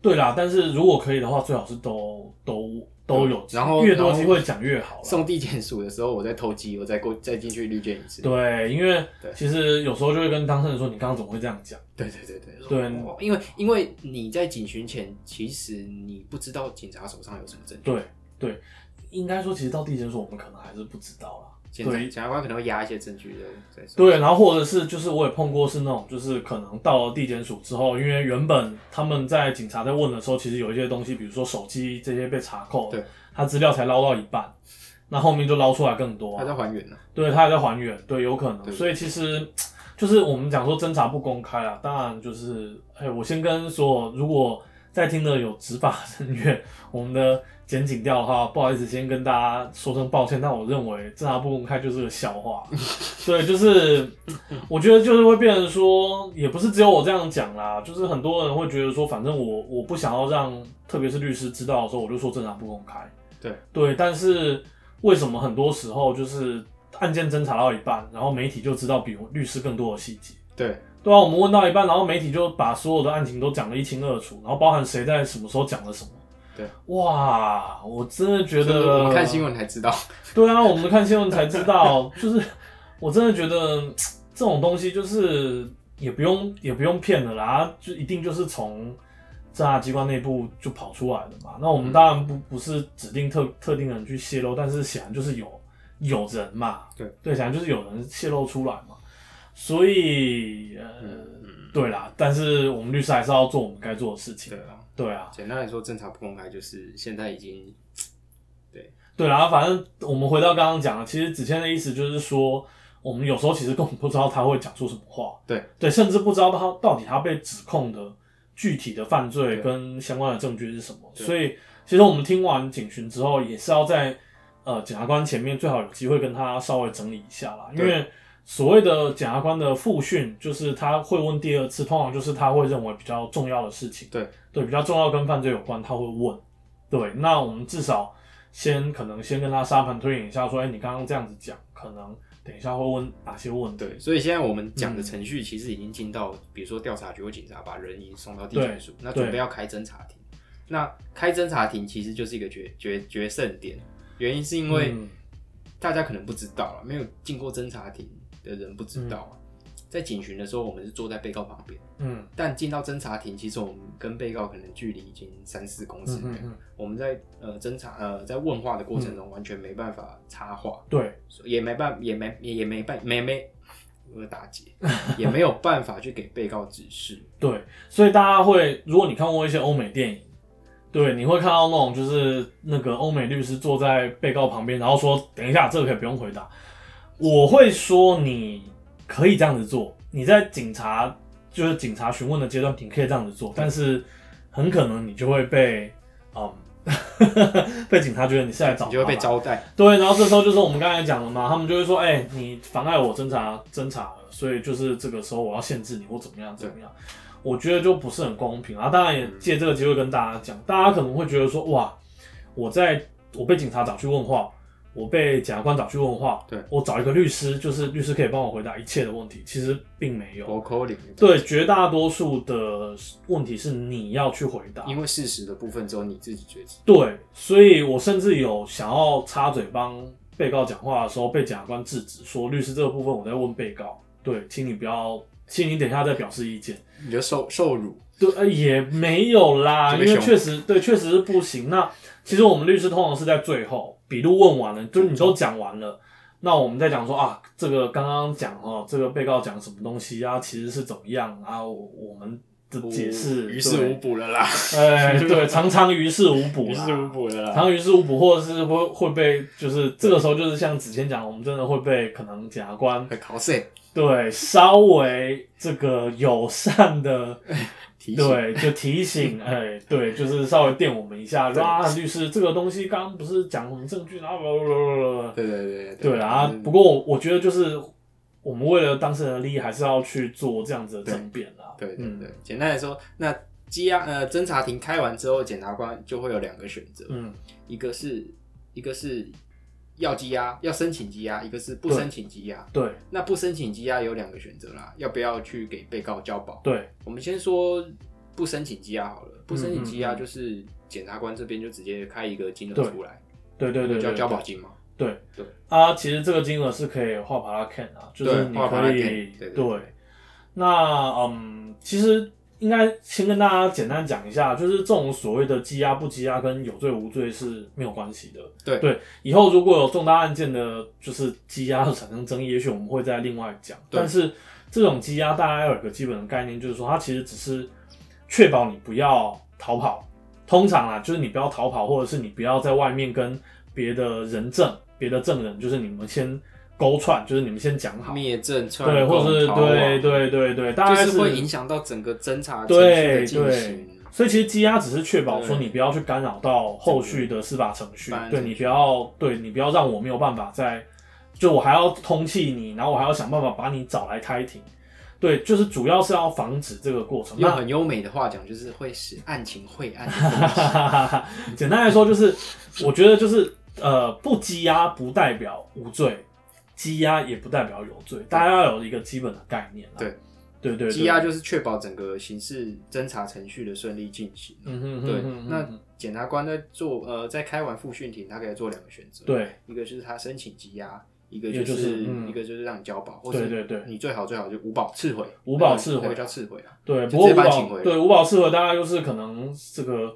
S2: 对啦，但是如果可以的话，最好是都都都有，
S1: 然后
S2: 越多机会讲越好啦。
S1: 送地检署的时候，我再偷鸡，我再过再进去绿箭一次。
S2: 对，因为
S1: 对
S2: 其实有时候就会跟当事人说，你刚刚怎么会这样讲？
S1: 对对对对
S2: 对
S1: 哦因为因为你在警巡前，其实你不知道警察手上有什么证据。
S2: 对对，应该说其实到地检署我们可能还是不知道啦。
S1: 检察
S2: 对
S1: 检察官可能会压一些证据的在手。
S2: 对，然后或者是就是我也碰过是那种，就是可能到了地检署之后，因为原本他们在警察在问的时候，其实有一些东西，比如说手机这些被查扣，
S1: 对，
S2: 他资料才捞到一半，那后面就捞出来更多
S1: 他
S2: 啊、
S1: 在还原呢、
S2: 对，他还在还原，对，有可能。
S1: 对
S2: 所以其实就是我们讲说侦查不公开啊，当然就是，哎，我先跟所有如果在听的有执法人员， *laughs* 我们的检警调的话，不好意思，先跟大家说声抱歉。但我认为侦查不公开就是个笑话，对，就是我觉得就是会变成说，也不是只有我这样讲啦，就是很多人会觉得说，反正我我不想要让，特别是律师知道的时候，我就说侦查不公开。对，但是为什么很多时候就是案件侦查到一半，然后媒体就知道比律师更多的细节？
S1: 对
S2: 对啊，我们问到一半，然后媒体就把所有的案情都讲得一清二楚，然后包含谁在什么时候讲了什么。
S1: 对，
S2: 哇，我真的觉
S1: 就是
S2: 得
S1: 我们看新闻才知道。
S2: 对啊，我们看新闻才知道， *laughs* 就是我真的觉得这种东西就是也不用也不用骗了啦，就一定就是从侦查机关内部就跑出来的嘛。那我们当然不不是指定特特定人去泄露，但是显然就是有有人嘛，
S1: 对
S2: 对，显然就是有人泄露出来嘛。所以呃，对啦，但是我们律师还是要做我们该做的事情
S1: 对。啊，
S2: 对啊，
S1: 简单来说，侦查不公开就是现在已经
S2: 对啦，反正我们回到刚刚讲的，其实子谦的意思就是说，我们有时候其实根本不知道他会讲出什么话，
S1: 对
S2: 对，甚至不知道他到底他被指控的具体的犯罪
S1: 对
S2: 跟相关的证据是什么。
S1: 对
S2: 所以，其实我们听完警询之后，也是要在呃检察官前面最好有机会跟他稍微整理一下啦，因
S1: 对
S2: 为所谓的检察官的复讯，就是他会问第二次，通常就是他会认为比较重要的事情，
S1: 对
S2: 对，比较重要跟犯罪有关，他会问。对，那我们至少先可能先跟他沙盘推演一下，说，哎、你刚刚这样子讲，可能等一下会问哪些问题？
S1: 对，所以现在我们
S2: 嗯
S1: 讲的程序其实已经进到，比如说调查局或警察把人已经送到地检署，那准备要开侦查庭。那开侦查庭其实就是一个决决决胜点，原因是因为
S2: 嗯
S1: 大家可能不知道啊，没有进过侦查庭的人不知道啊。在警询的时候，我们是坐在被告旁边，
S2: 嗯
S1: 但进到侦查庭，其实我们跟被告可能距离已经三四公尺
S2: 嗯
S1: 了。
S2: 嗯嗯，
S1: 我们在呃侦查呃在问话的过程中，完全没办法插话，
S2: 对，
S1: 也没办也没也也没办没没我打结， *laughs* 也没有办法去给被告指示。
S2: 对，所以大家会，如果你看过一些欧美电影，对，你会看到那种就是那个欧美律师坐在被告旁边，然后说：“等一下，这个可以不用回答。”我会说，你可以这样子做，你在警察就是警察询问的阶段，你可以这样子
S1: 嗯
S2: 做，但是很可能你就会被嗯。 *laughs* 被警察觉得你是来找
S1: 你就会被
S2: 麻烦
S1: 招待，
S2: 对，然后这时候就是我们刚才讲的嘛，他们就会说，哎、你妨碍我侦查侦查了，所以就是这个时候我要限制你或怎么样怎么样，我觉得就不是很公平啊。当然
S1: 嗯
S2: 也借这个机会跟大家讲，大家可能会觉得说，哇，我在我被警察找去问话，我被检察官找去问话，
S1: 对
S2: 我找一个律师，就是律师可以帮我回答一切的问题，其实并没有。
S1: 我口令。，
S2: 对，绝大多数的问题是你要去回答，
S1: 因为事实的部分只有你自己觉知。
S2: 对，所以我甚至有想要插嘴帮被告讲话的时候，被检察官制止说，律师这个部分我在问被告，对，请你不要，请你等一下再表示意见。
S1: 你就受受辱，
S2: 对，呃，也没有啦，
S1: 这
S2: 因
S1: 个
S2: 为
S1: 凶
S2: 确实对，确实是不行。那其实我们律师通常是在最后笔录问完了，就是你都讲完了，那我们再讲说啊，这个刚刚讲哦，这个被告讲什么东西啊，其实是怎么样啊，我我们的解释
S1: 于事无
S2: 对
S1: 补了啦，
S2: 哎，对，常常于事无
S1: *laughs*
S2: 补啦，
S1: 于事无补了
S2: 然
S1: 啦。
S2: 后于事无补，或者是会会被，就是这个时候就是像子谦讲，我们真的会被可能检察官
S1: 会考试
S2: 对稍微这个友善的
S1: 提醒，
S2: 对就提醒，哎，对，就是稍微电我们一下，
S1: 对
S2: 说啊，律师这个东西刚刚不是讲什么证据，然后啦啦啦啦啦
S1: 对对对
S2: 对啊
S1: 嗯。
S2: 不过我我觉得就是我们为了当事人的利益，还是要去做这样子的争辩啦。
S1: 对对
S2: 嗯
S1: 对，简单来说，那羁押呃侦查庭开完之后，检察官就会有两个选择，
S2: 嗯，
S1: 一个是一个是要羁押，要申请羁押，一个是不
S2: 对
S1: 申请羁押。
S2: 对
S1: 那不申请羁押有两个选择啦，要不要去给被告交保？
S2: 对
S1: 我们先说不申请羁押好了，不申请羁押
S2: 嗯嗯
S1: 就是检察官这边就直接开一个金额
S2: 对
S1: 出来，
S2: 对对对
S1: 叫
S2: 对，
S1: 交保金嘛。
S2: 对
S1: 对
S2: 啊，其实这个金额是可以画把它 can 啊，就是你
S1: 画把它
S2: 可
S1: can，
S2: 以
S1: 对对对
S2: 那嗯，其实应该先跟大家简单讲一下，就是这种所谓的羁押不羁押跟有罪无罪是没有关系的。
S1: 对
S2: 对，以后如果有重大案件的，就是羁押产生争议，也许我们会再另外讲。
S1: 对
S2: 但是这种羁押，大家要有一个基本的概念，就是说它其实只是确保你不要逃跑。通常啊，就是你不要逃跑，或者是你不要在外面跟别的人证、别的证人，就是你们先勾串，就是你们先讲好，
S1: 灭证串
S2: 对，或者是
S1: 供逃亡
S2: 对对对对，大概
S1: 就是是会影响到整个侦查程序的
S2: 对
S1: 进
S2: 对
S1: 行。，
S2: 所以其实羁押只是确保说
S1: 对
S2: 你不要去干扰到后续的司法程序
S1: 办，案
S2: 对
S1: 程
S2: 你
S1: 序
S2: 不要对你不要让我没有办法再，就我还要通缉你，然后我还要想办法把你找来开庭，对，就是主要是要防止这个过程。
S1: 用
S2: 那 *laughs*
S1: 很优美的话讲，就是会使案情晦暗的东西。
S2: 简单来说就是，我觉得就是呃，不羁押不代表无罪，羁押也不代表有罪，大家要有一个基本的概念啦。
S1: 对
S2: 对对对，
S1: 羁押就是确保整个刑事侦查程序的顺利进行。
S2: 嗯哼哼
S1: 对
S2: 哼哼，
S1: 那
S2: 哼
S1: 检察官在做呃，在开完复讯庭，他可以做两个选择，，
S2: 对
S1: 一个就是他申请羁押，一个
S2: 也
S1: 就
S2: 就是
S1: 是
S2: 嗯
S1: 一个就是让你交保，或
S2: 对
S1: 者
S2: 对对。
S1: 你最好最好就无保撤回，
S2: 无保撤回
S1: 那个叫撤回啊，
S2: 对，
S1: 就
S2: 不过
S1: 直
S2: 五
S1: 接把它请
S2: 保
S1: 回
S2: 对五保适合大概就是可能这个，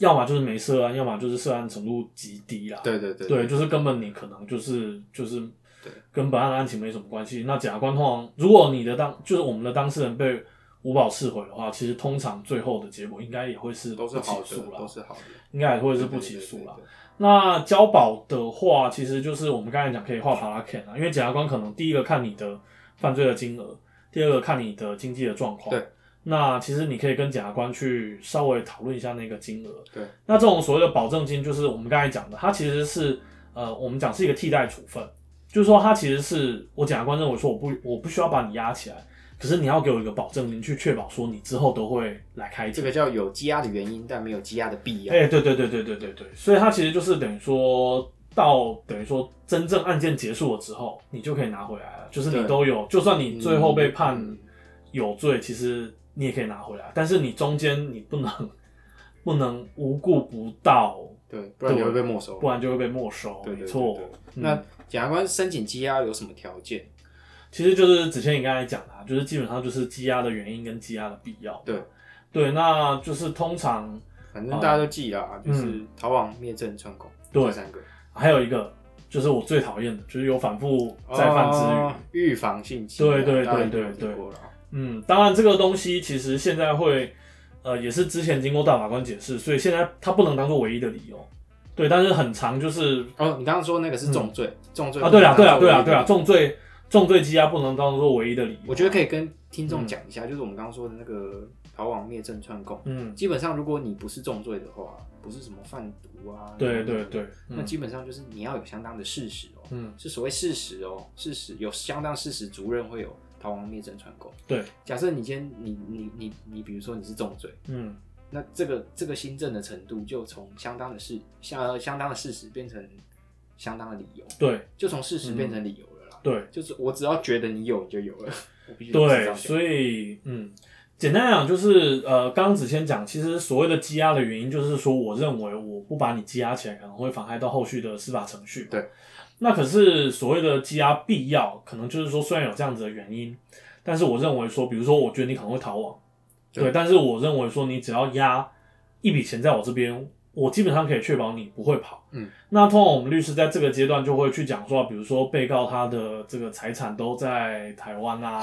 S2: 要么就是没涉案，要么就是涉案程度极低啦。
S1: 对对对
S2: 对，就是根本你可能就是就是
S1: 对
S2: 跟本案的案情没什么关系。那检察官通常，如果你的当就是我们的当事人被五保释回的话，其实通常最后的结果应该也会是
S1: 都是
S2: 不起
S1: 好的，
S2: 诉啦，
S1: 都是好的，
S2: 应该也会
S1: 都
S2: 是不起诉啦。那交保的话，其实就是我们刚才讲可以画 p a r a can 啊，因为检察官可能第一个看你的犯罪的金额，第二个看你的经济的状况。
S1: 对。
S2: 那其实你可以跟检察官去稍微讨论一下那个金额。
S1: 对。
S2: 那这种所谓的保证金，就是我们刚才讲的，它其实是呃，我们讲是一个替代处分，就是说他其实是我检察官认为说我不我不需要把你压起来，可是你要给我一个保证金，去确保说你之后都会来开庭
S1: 这个叫有积压的原因，但没有积压的必要。
S2: 哎、对对对对对对对，所以它其实就是等于说到等于说真正案件结束了之后，你就可以拿回来了，就是你
S1: 对
S2: 都有，就算你最后被判
S1: 嗯
S2: 有罪，其实你也可以拿回来，但是你中间你不能不能无故不到，
S1: 对，不然你会被没收。
S2: 不然就会被没收。
S1: 对对
S2: 没
S1: 对
S2: 错
S1: 对，
S2: 嗯
S1: 那检察官申请羁押有什么条件？
S2: 其实就是子谦你刚才讲的、啊，就是基本上就是积压的原因跟积压的必要。
S1: 对
S2: 对，那就是通常
S1: 反正大家都记啦，就是逃亡、灭证、串供，
S2: 嗯对
S1: 这三个。
S2: 还有一个就是我最讨厌的，就是有反复再犯之余。
S1: 哦预防性羁
S2: 对
S1: 押，
S2: 对
S1: 大家一定
S2: 对
S1: 有
S2: 对
S1: 听过了。
S2: 嗯，当然这个东西其实现在会，呃，也是之前经过大法官解释，所以现在它不能当做唯一的理由。对，但是很长就是
S1: 哦，你刚刚说那个是重罪，重罪
S2: 啊，对
S1: 了
S2: 啦，对啦，对啦，
S1: 了
S2: 对啦，
S1: 了，
S2: 重罪重罪羁押不能当做唯一的理由。
S1: 我觉得可以跟听
S2: 嗯
S1: 众讲一下，就是我们刚刚说的那个逃亡、灭证、串供。
S2: 嗯，
S1: 基本上，如果你不是重罪的话，不是什么贩毒啊，
S2: 对对对，
S1: 那
S2: 嗯
S1: 基本上就是你要有相当的事实哦，
S2: 嗯
S1: 是所谓事实哦，事实有相当事实，主任会有逃亡、灭证、串供。
S2: 对，
S1: 假设你今天你你你你，比如说你是重罪，
S2: 嗯，
S1: 那这个这个新政的程度就从相当的事相相当的事实变成相当的理由，
S2: 对
S1: 就从事实变成理由了啦。
S2: 对
S1: 就是我只要觉得你有，你就有了。我必须
S2: 对，
S1: 以
S2: 所以嗯，简单来讲就是呃，刚刚子谦讲，其实所谓的羁押的原因就是说，我认为我不把你羁押起来，可能会妨害到后续的司法程序。
S1: 对，
S2: 那可是所谓的羁押必要，可能就是说，虽然有这样子的原因，但是我认为说，比如说，我觉得你可能会逃亡，
S1: 对
S2: 对，但是我认为说，你只要押一笔钱在我这边，我基本上可以确保你不会跑。
S1: 嗯，
S2: 那通常我们律师在这个阶段就会去讲说，比如说被告他的这个财产都在台
S1: *laughs*
S2: 湾啊，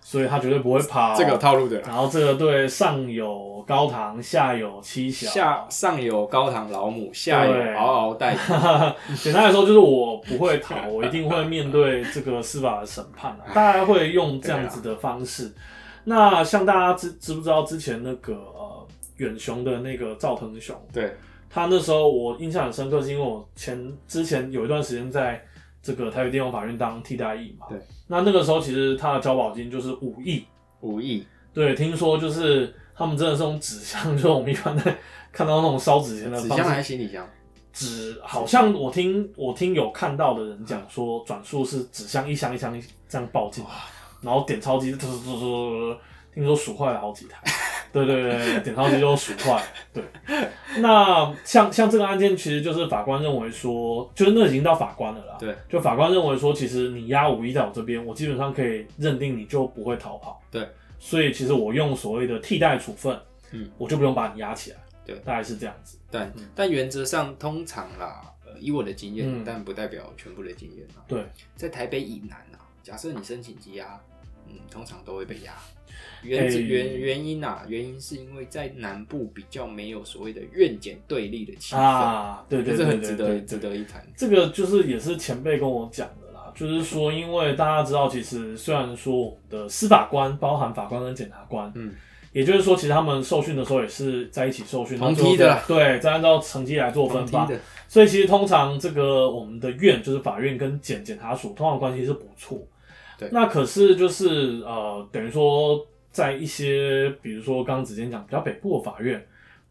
S2: 所以他绝对不会跑。
S1: 这个有套路的啦。
S2: 然后这个对上有高堂，下有妻小，
S1: 下上有高堂老母，下
S2: 对
S1: 有嗷嗷待哺。
S2: *laughs* 简单来说，就是我不会逃，我一定会面对这个司法的审判、啊，大概会用这样子的方式。那像大家知知不知道之前那个呃远雄的那个赵腾雄，
S1: 对，
S2: 他那时候我印象很深刻，是因为我前之前有一段时间在这个台北地方法院当替代役嘛，
S1: 对，
S2: 那那个时候其实他的交保金就是五亿，
S1: 五亿，
S2: 对，听说就是他们真的是用纸箱， *laughs* 就是我们一般在看到那种烧纸钱的
S1: 纸
S2: 方
S1: 箱
S2: 式
S1: 还是行李箱？
S2: 纸好像我听我听有看到的人讲说，转述是纸箱一箱一箱一这样抱进来，然后点钞机突突突突突突，听说数坏了好几台。对对对对，点钞机就数坏。对，那像像这个案件，其实就是法官认为说，就是那已经到法官了啦。
S1: 对，
S2: 就法官认为说，其实你押五一在我这边，我基本上可以认定你就不会逃跑。
S1: 对，
S2: 所以其实我用所谓的替代处分，
S1: 嗯，
S2: 我就不用把你押起来。
S1: 对
S2: 大概是这样子。
S1: 但
S2: 嗯
S1: 但原则上通常啦，呃，以我的经验，
S2: 嗯
S1: 但不代表全部的经验啊。
S2: 对，
S1: 在台北以南啊，假设你申请羁押，嗯，通常都会被押。原则
S2: 诶
S1: 原原因啊，原因是因为在南部比较没有所谓的院检对立的气氛，
S2: 啊，对对
S1: 这
S2: 对
S1: 很
S2: 对
S1: 值
S2: 对
S1: 得
S2: 对
S1: 值得一谈。
S2: 这个就是也是前辈跟我讲的啦，就是说，因为大家知道，其实虽然说我们的司法官包含法官跟检察官，
S1: 嗯，
S2: 也就是说，其实他们受训的时候也是在一起受训，
S1: 同
S2: 然后最后
S1: 梯的啦
S2: 对，再按照成绩来做分
S1: 同
S2: 发
S1: 梯。的，
S2: 所以其实通常这个我们的院就是法院跟检检察署，通常关系是不错。
S1: 对
S2: 那可是就是呃，等于说在一些比如说刚刚之前讲比较北部的法院，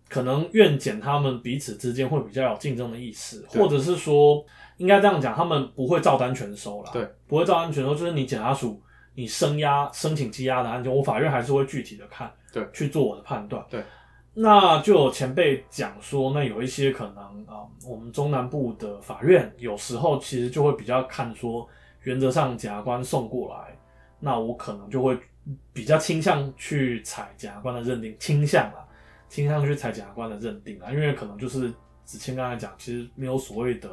S2: 可能院检他们彼此之间会比较有竞争的意识，
S1: 对
S2: 或者是说应该这样讲，他们不会照单全收啦。
S1: 对，
S2: 不会照单全收，就是你检察署你声押申请羁押的案件，我法院还是会具体的看，
S1: 对
S2: 去做我的判断。
S1: 对，
S2: 那就有前辈讲说，那有一些可能啊、我们中南部的法院有时候其实就会比较看说，原则上检察官送过来，那我可能就会比较倾向去采检察官的认定，倾向啦，倾向去采检察官的认定啦，因为可能就是子谦刚才讲，其实没有所谓的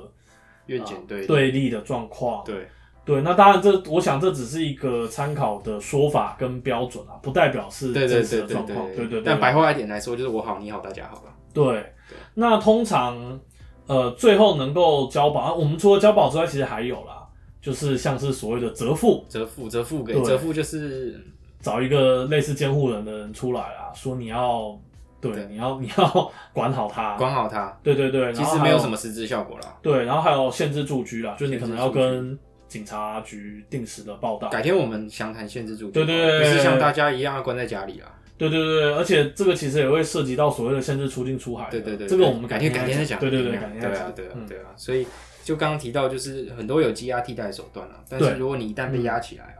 S1: 院检对立。
S2: 啊对立的状况，
S1: 对
S2: 对，那当然这，我想这只是一个参考的说法跟标准啊，不代表是
S1: 对对
S2: 真实
S1: 对
S2: 的
S1: 对
S2: 状况。对对，
S1: 但白话一点来说，就是我好你好大家好了。
S2: 对，那通常呃最后能够交保，啊我们除了交保之外，其实还有啦，就是像是所谓的折付，
S1: 折付折付给
S2: 对
S1: 折付就是嗯
S2: 找一个类似监护人的人出来啦，说你要对
S1: 对
S2: 你要 *laughs* 你要管好他，
S1: 管好他，
S2: 啊对对对，
S1: 其
S2: 然后
S1: 实
S2: 还
S1: 没有什么实质效果啦。
S2: 对，然后还有限制住居啦，就是你可能要
S1: 限制住居
S2: 跟警察局定时的报道。
S1: 改天我们详谈限制住，
S2: 对对对对
S1: 不是像大家一样要关在家里啦。
S2: 对对对，而且这个其实也会涉及到所谓的限制出境出海的。
S1: 对对对，
S2: 啊这个我们
S1: 改
S2: 天
S1: 改天
S2: 再
S1: 再讲。
S2: 对对对，改
S1: 改
S2: 天
S1: 天对
S2: 再
S1: 啊
S2: 讲。
S1: 对啊
S2: 嗯
S1: 对啊，所以就刚刚提到，就是很多有积压替代的手段啊，但
S2: 对嗯
S1: 是如果你一旦被压起来啊，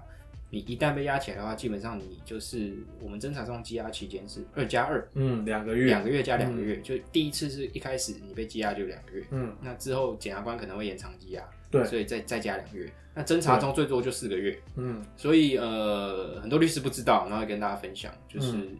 S1: 你一旦被压起来的话，基本上你就是我们侦查上积压期间是二加二，
S2: 嗯，两个月，
S1: 两个月加两个月，就第一次是一开始你被积压就两个月，
S2: 嗯，
S1: 那之后检察官可能会延长积压，
S2: 对
S1: 所以再再加两个月，那侦查中最多就四个月，
S2: 嗯
S1: 所以呃，很多律师不知道，然后也跟大家分享，就是、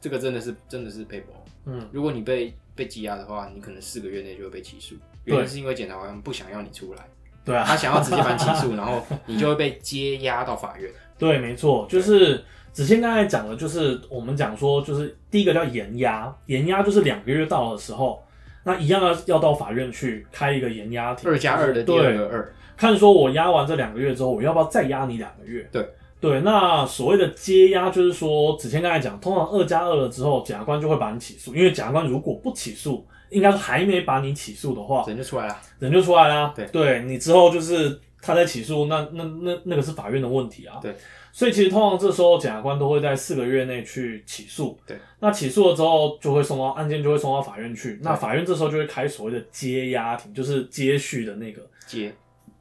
S1: 这个真的是真的是被薄。
S2: 嗯
S1: 如果你被被羁押的话，你可能四个月内就会被起诉，
S2: 对
S1: 原因是因为检察官不想要你出来，
S2: 对啊，
S1: 他想要直接把你起
S2: *laughs*
S1: 诉，然后你就会被接押到法院。
S2: 对，没错，就是子谦刚才讲的，就是我们讲说，就是第一个叫延押，延押就是两个月到的时候，那一样要要到法院去开一个延押庭，
S1: 二加二的第二
S2: 对，
S1: 个二，
S2: 看说我押完这两个月之后，我要不要再押你两个月？
S1: 对。
S2: 对，那所谓的接押就是说，子谦刚才讲，通常二加二了之后，检察官就会把你起诉，因为检察官如果不起诉，应该是还没把你起诉的话，
S1: 人就出来了。
S2: 人就出来啦。
S1: 对
S2: 你之后就是他在起诉，那那那那个是法院的问题啊。
S1: 对，
S2: 所以其实通常这时候检察官都会在四个月内去起诉。
S1: 对，
S2: 那起诉了之后就会送到案件就会送到法院去，那
S1: 对
S2: 法院这时候就会开所谓的接押庭，就是接续的那个。
S1: 接，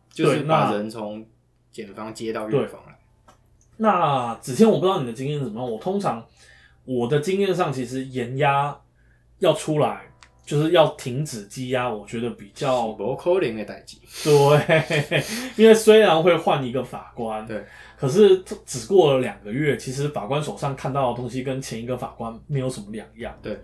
S1: 就是
S2: 对
S1: 把
S2: 那
S1: 人从检方接到
S2: 对
S1: 院方来。
S2: 那子谦，我不知道你的经验怎么样，我通常我的经验上其实延押要出来。就是要停止羁押，我觉得比较
S1: 不扣零的代际，
S2: 对，因为虽然会换一个法官，
S1: 对，
S2: 可是只过了两个月，其实法官手上看到的东西跟前一个法官没有什么两样。
S1: 对，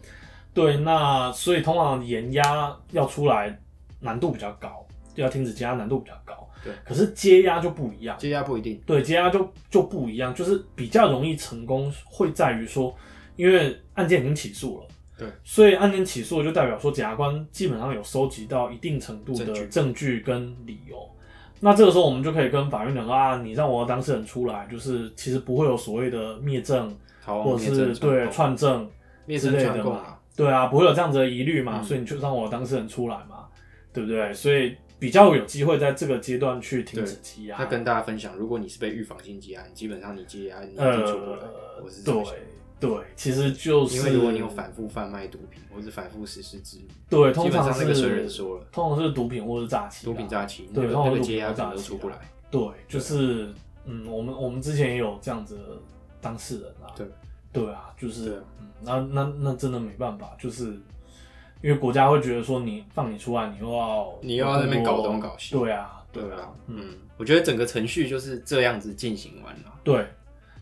S2: 对，那所以通常延押要出来难度比较高，要停止羁押难度比较高。
S1: 对，
S2: 可是接押就不一样。
S1: 接押不一定。
S2: 对，接押就就不一样，就是比较容易成功，会在于说，因为案件已经起诉了，
S1: 对，
S2: 所以案件起诉就代表说检察官基本上有收集到一定程度
S1: 证
S2: 的
S1: 据
S2: 证据跟理由。那这个时候我们就可以跟法院讲说啊，你让我的当事人出来，就是其实不会有所谓的灭证
S1: 逃亡
S2: 或
S1: 灭
S2: 者
S1: 证
S2: 是
S1: 串
S2: 对
S1: 供
S2: 串证，
S1: 灭
S2: 之
S1: 证
S2: 类的
S1: 串供
S2: 嘛
S1: 啊，
S2: 对啊，不会有这样子的疑虑嘛，
S1: 嗯
S2: 所以你就让我的当事人出来嘛，对不对？所以比较有机会在这个阶段去停止羁押。
S1: 那跟大家分享，如果你是被预防性羁押，你基本上你羁押你一定出不来。
S2: 呃
S1: 我是，这
S2: 对
S1: 么想的
S2: 对，其实就是
S1: 因为如果你有反复贩卖毒品或是反复实施之旅，
S2: 对，
S1: 基
S2: 通
S1: 本上
S2: 常
S1: 那
S2: 是
S1: 个水人说了，
S2: 通常是毒品或是诈欺啦，啊
S1: 毒品诈欺，那
S2: 对
S1: 个
S2: 通常
S1: 那个
S2: 毒
S1: 接
S2: 品
S1: 押
S2: 或
S1: 可能
S2: 诈
S1: 都
S2: 欺啊
S1: 出不
S2: 啦
S1: 来。
S2: 对，就是嗯，我们我们之前也有这样子的当事人啊，
S1: 对
S2: 对啊，就
S1: 对
S2: 是嗯，那那那真的没办法，就是因为国家会觉得说你放你出来，你又要
S1: 你又要在那边搞东搞西
S2: 对啊，
S1: 对
S2: 啊
S1: 啊，，
S2: 嗯，
S1: 嗯，我觉得整个程序就是这样子进行完了。
S2: 对，